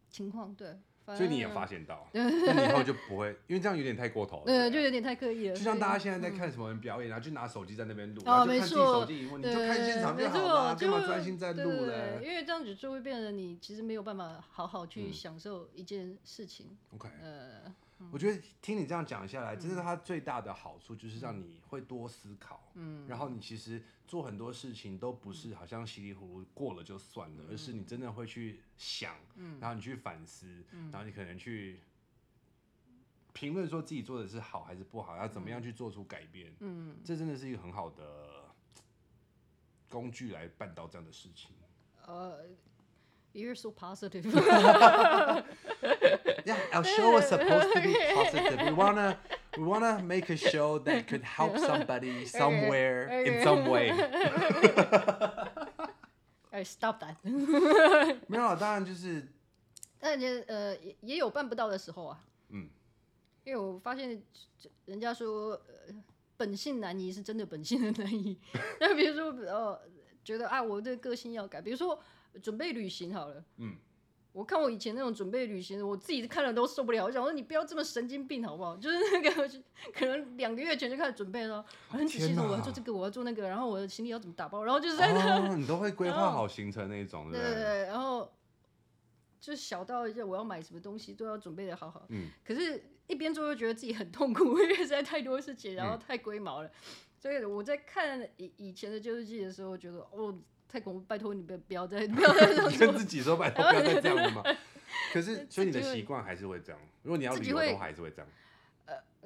Speaker 2: 情况，对，反
Speaker 1: 所以你也
Speaker 2: 正
Speaker 1: 发现 到，那你以后就不会，因为这样有点太过头了。
Speaker 2: 呃，
Speaker 1: 对不
Speaker 2: 就
Speaker 1: 对
Speaker 2: 有点太刻意了，
Speaker 1: 就像大家
Speaker 2: 家
Speaker 1: 现在在看什么人表演，然啊后就拿手机在那边录，
Speaker 2: 哦
Speaker 1: 然后就看自己
Speaker 2: 没错
Speaker 1: 手机荧幕，你就看现场就好了，干嘛专心在录嘞
Speaker 2: 因为这样子就会变得你其实没有办法好好
Speaker 1: 嗯
Speaker 2: 去享受一件事情，
Speaker 1: ？OK，
Speaker 2: 呃，
Speaker 1: 我觉得听你这样讲下来，真的它最大的好处就是让你会多思考，嗯，然后你其实做很多事情都不是好像稀里糊涂过了就算了，而是你真的会去想，然后你去反思，然后你可能去评论说自己做的是好还是不好，要怎么样去做出改变，嗯，这真的是一个很好的工具来办到这样的事情。
Speaker 2: 呃 You're so positive，
Speaker 1: Yeah, our show was supposed to be positive. We wanna we wanna make a show that could help somebody somewhere in some way.
Speaker 2: 哎，stop that。
Speaker 1: 没有啦，当然 就是
Speaker 2: 但也呃也也有办不到的时候啊。
Speaker 1: 嗯，
Speaker 2: 因为我发现这人家说、呃、本性难移是真的本性的难移。 那比如说呃觉得啊我的个性要改，比如说准备旅行好了，
Speaker 1: 嗯，
Speaker 2: 我看我以前那种准备旅行的，我自己看了都受不了。我想说，你不要这么神经病好不 好？就是那个可能两个月前就开始准备了，很仔细
Speaker 1: 天
Speaker 2: 的，
Speaker 1: 哪
Speaker 2: 我要做这个，我要做那个，然后我的行李要怎么打包，然后就是在那
Speaker 1: 哦，你都会规划
Speaker 2: 然后
Speaker 1: 好行程那种，
Speaker 2: 对
Speaker 1: 不
Speaker 2: 对对，然后就小到一些我要买什么东西都要准备的好好，
Speaker 1: 嗯，
Speaker 2: 可是一边做又觉得自己很痛苦， 因为实在太多事情，然后
Speaker 1: 嗯
Speaker 2: 太龟毛了，所以我在看以以前的旧日记的时候，觉得哦太恐怖，拜托你不要不要再不要再这样
Speaker 1: 你跟
Speaker 2: 做，
Speaker 1: 自己说拜托不要再这样 了嘛。可是，所以你的
Speaker 2: 自己会
Speaker 1: 习惯还是会这样。如果你要
Speaker 2: 自
Speaker 1: 旅
Speaker 2: 己
Speaker 1: 游，
Speaker 2: 会
Speaker 1: 都还是会这样。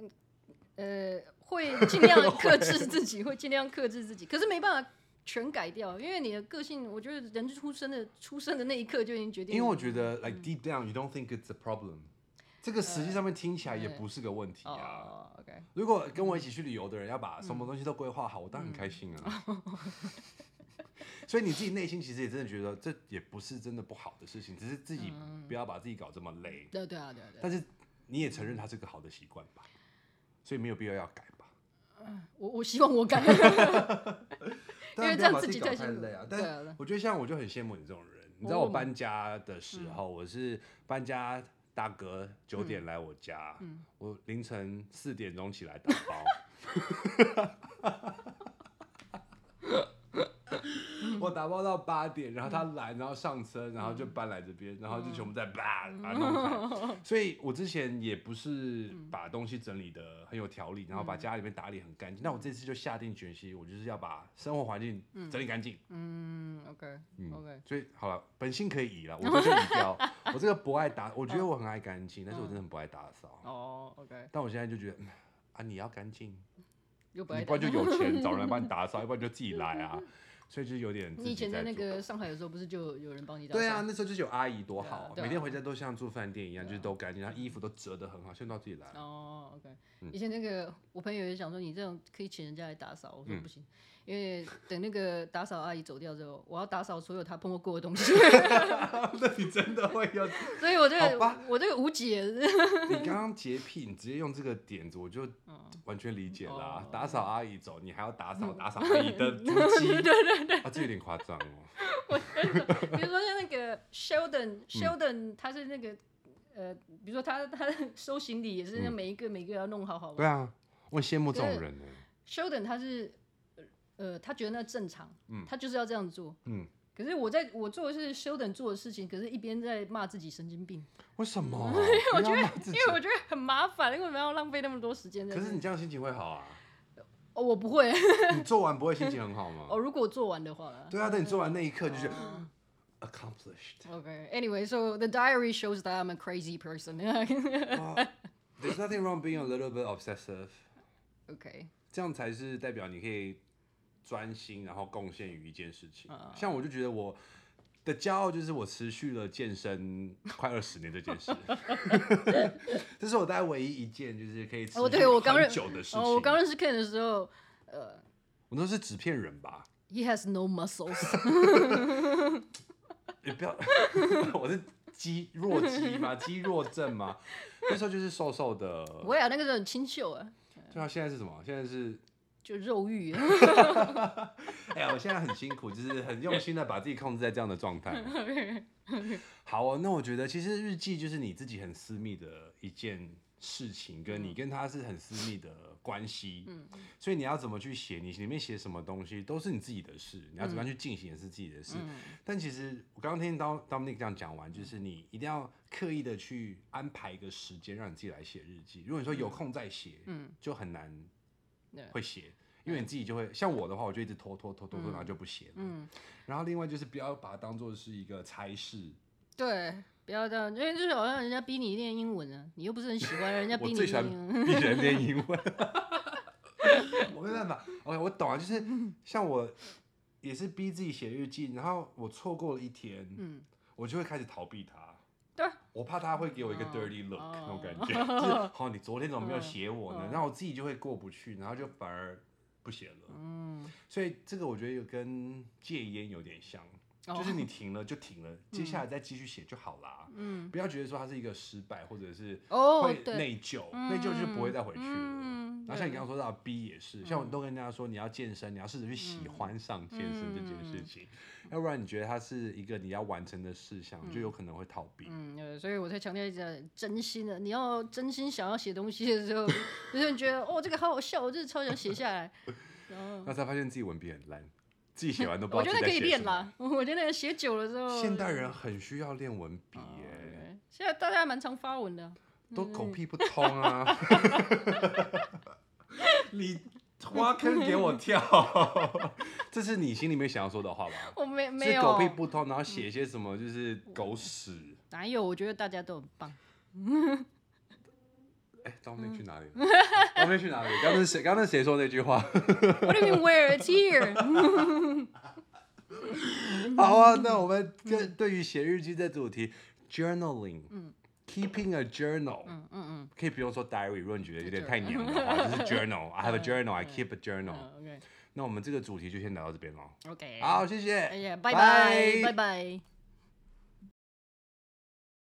Speaker 2: 呃，会尽量克制自己，会尽量克制自己，可是没办法。全改掉，因为你的个性，我觉得人出生的出生的那一刻就已经决定了。
Speaker 1: 因为我觉
Speaker 2: 嗯
Speaker 1: 得，like deep down, you don't think it's a problem。这个实际上面听起来也
Speaker 2: 呃对
Speaker 1: 不是个问题啊。
Speaker 2: 哦，OK，
Speaker 1: 如果跟我一起去旅游的人要把什么东西都规划好，我当然很开心啊。 所以你自己内心其实也真的觉得这也不是真的不好的事情，只是自己不要把自己搞这么累。
Speaker 2: 嗯对对啊，对啊，对啊。
Speaker 1: 但是你也承认它是个好的习惯吧，所以没有必要要改吧。
Speaker 2: 我我希望我改。因为
Speaker 1: 当然不要把
Speaker 2: 这样自己
Speaker 1: 己搞
Speaker 2: 太
Speaker 1: 太
Speaker 2: 辛苦
Speaker 1: 累啊
Speaker 2: 了。对啊对
Speaker 1: 但
Speaker 2: 啊
Speaker 1: 我觉得像我就很羡慕你这种人。你知道
Speaker 2: 哦
Speaker 1: 我搬家的时候，我是搬家大哥九点来我家，我凌晨四点钟起来打包。我打包到八点，然后他来，然后上车，然后就搬来这边，然后就全部在叭把它弄开。所以我之前也不是把东西整理的很有条理，然后把家里面打理很干净。那我这次就下定决心，我就是要把生活环境整理干净。
Speaker 2: 嗯，OK，OK，、
Speaker 1: 所以好了，本性可以移了，我这就移掉。 我这个不爱打，我觉得我很爱干净，但是我真的很不爱打扫。
Speaker 2: 哦，OK，
Speaker 1: 但我现在就觉得，嗯啊，你要干净，
Speaker 2: 又不
Speaker 1: 你
Speaker 2: 爱
Speaker 1: 不
Speaker 2: 打
Speaker 1: 然就有钱找人来帮你打扫， 要不然就自己来啊。所以就有点自
Speaker 2: 你以
Speaker 1: 己
Speaker 2: 前在
Speaker 1: 在
Speaker 2: 那
Speaker 1: 做。
Speaker 2: 个上海的时候，不是就有有人帮你打扫？
Speaker 1: 对啊，，那时候就是有阿姨多好啊，
Speaker 2: 对啊
Speaker 1: 每天回家都像住饭店一样，就是都干净，然后衣服都折得很好，现在都自己来。
Speaker 2: 哦，OK，以
Speaker 1: 嗯
Speaker 2: 前那个我朋友也想说你这种可以请人家来打扫，我
Speaker 1: 嗯
Speaker 2: 说不行，因为等那个打扫阿姨走掉之后，我要打扫所有她碰过的东西，
Speaker 1: 那你真的会有？
Speaker 2: 所以我这
Speaker 1: 好
Speaker 2: 个
Speaker 1: 吧
Speaker 2: 我这个无解。
Speaker 1: 你刚刚洁癖，你直接用这个点子，我就完全理解啦
Speaker 2: 哦。
Speaker 1: 打扫阿姨走，你还要打 扫打扫阿姨的足迹，对对对，啊，这有点夸张哦。
Speaker 2: 比如说像那个
Speaker 1: 嗯
Speaker 2: Sheldon，Sheldon 他是那个。呃，比如说他他收行李也是
Speaker 1: 嗯
Speaker 2: 那每一个、每一个要弄好好嘛，
Speaker 1: 对啊，我很羡慕这种
Speaker 2: 可是
Speaker 1: 人呢、
Speaker 2: Sheldon 他是呃，他觉得那正常，他就是要这样做，
Speaker 1: 嗯。
Speaker 2: 可是我在我做的是 Sheldon 做的事情，可是一边在骂自己神经病，
Speaker 1: 为什么、 因为我觉得，
Speaker 2: 嗯因为我觉得很麻烦，为什么要浪费那么多时间在
Speaker 1: 可
Speaker 2: 这里？
Speaker 1: 是你这样心情会好啊？
Speaker 2: 哦，我不会
Speaker 1: 你做完不会心情很好吗？
Speaker 2: 哦，嗯如果我做完的话啦。
Speaker 1: 对啊，等你做完那一刻就觉得 accomplished。
Speaker 2: Okay. Anyway, so the diary shows that I'm a crazy person.
Speaker 1: There's nothing wrong being a little bit obsessive，
Speaker 2: okay.
Speaker 1: 这样才是代表你可以专心，然后贡献于一件事情。
Speaker 2: 嗯
Speaker 1: 像我就觉得我的骄傲就是我持续了健身快二十年这件事， 这是我大概唯一一件就是可以持
Speaker 2: 哦，
Speaker 1: 续
Speaker 2: 对我刚认
Speaker 1: 很久的事情。
Speaker 2: 哦，我刚认识 Ken 的时候
Speaker 1: 我都是纸片人吧？
Speaker 2: ，He has no muscles.
Speaker 1: 也不要， 我是肌弱鸡吗？肌弱症吗？那时候就是瘦瘦的，
Speaker 2: 我俩那个时候很清秀啊，
Speaker 1: 对啊，现在是什么？现在是，
Speaker 2: 就肉欲。啊
Speaker 1: 哎呀，我现在很辛苦，就是很用心的把自己控制在这样的状态。 好哦，那我觉得其实日记就是你自己很私密的一件事情，跟你跟他是很私密的关系，嗯，所以你要怎么去写，你里面写什么东西都是你自己的事，你要怎么样去进行也是自己的事。但其实我刚刚听到 Dominic 这样讲完，就是你一定要刻意的去安排一个时间让你自己来写日记。如果你说有空再写，嗯，就很难
Speaker 2: 对
Speaker 1: 会写。因为你自己就会像我的话，我就一直拖拖拖拖拖，然后就不写了。嗯，然后另外就是不要把它当做是一个差事，
Speaker 2: 对，不要这样，因为就是好像人家逼你练英文啊，你又不是很喜欢，人家逼
Speaker 1: 我
Speaker 2: 你
Speaker 1: 最
Speaker 2: 练
Speaker 1: 喜欢
Speaker 2: 英文。
Speaker 1: 逼人练英文， 我没办法。OK，我懂啊，就是像我也是逼自己写日记，然后我错过了一天，嗯，我就会开始逃避它。
Speaker 2: 对，
Speaker 1: 我怕他会给我一个
Speaker 2: 哦
Speaker 1: dirty look、
Speaker 2: 哦嗯
Speaker 1: 那种感觉， 就是好，你昨天怎么没有写我呢？然后我自己就会过不去，然后就反而不写了。
Speaker 2: 嗯，
Speaker 1: 所以这个我觉得有跟戒烟有点像，
Speaker 2: 哦
Speaker 1: 就是你停了就停
Speaker 2: 嗯
Speaker 1: 了，接下来再继续写就好啦。嗯，不要觉得说它是一个失败，或者是
Speaker 2: 哦，
Speaker 1: 会
Speaker 2: 对，
Speaker 1: 内疚，内疚就不会再回去了。
Speaker 2: 嗯，
Speaker 1: 然后像你刚刚说到 B 也是，像我都跟大家说，你要健身，你要试着去喜
Speaker 2: 嗯
Speaker 1: 欢上健身这件事情，要不然你觉得它是一个你要完成的事项，就有可能会逃避。
Speaker 2: 嗯，呃所以我才强调一下，真心的，你要真心想要写东西 的时候，就是你觉得哦，这个好好笑，我真的超想写下来。然后
Speaker 1: 那才发现自己文笔很烂，自己写完都不
Speaker 2: 我
Speaker 1: 知
Speaker 2: 觉
Speaker 1: 道
Speaker 2: 得
Speaker 1: 自
Speaker 2: 可
Speaker 1: 己
Speaker 2: 以
Speaker 1: 在写
Speaker 2: 练
Speaker 1: 什么。
Speaker 2: 啦，我觉得写久了之后，
Speaker 1: 现代人很需要练文笔
Speaker 2: 哦
Speaker 1: 耶，
Speaker 2: 对现在大家蛮常发文的啊，
Speaker 1: 都狗屁不通啊！ 你挖坑给我跳， 这是你心里面想要说的话吧？
Speaker 2: 我没没
Speaker 1: 是
Speaker 2: 有嗯
Speaker 1: 狗屁不通，然后写一些什么就是狗屎。
Speaker 2: 哪有？我觉得大家都很棒。
Speaker 1: 哎，刀妹
Speaker 2: 嗯
Speaker 1: 去哪里 了？刀妹去哪里？刚刚是谁？刚刚是谁说那句话？
Speaker 2: What do you mean where it's here？嗯
Speaker 1: 好啊，那我们跟对于写日记这主题，journaling，keeping a journal，
Speaker 2: 嗯嗯
Speaker 1: 可以不用说 diary，如果你觉得有点
Speaker 2: 就
Speaker 1: 太娘 的话，就是 journal，I have a
Speaker 2: 嗯
Speaker 1: journal，I keep a journal。
Speaker 2: 嗯，OK
Speaker 1: 那我们这个主题就先聊到这边喽。
Speaker 2: OK，
Speaker 1: 好，谢
Speaker 2: 哎
Speaker 1: 谢，
Speaker 2: 呀，拜拜拜拜。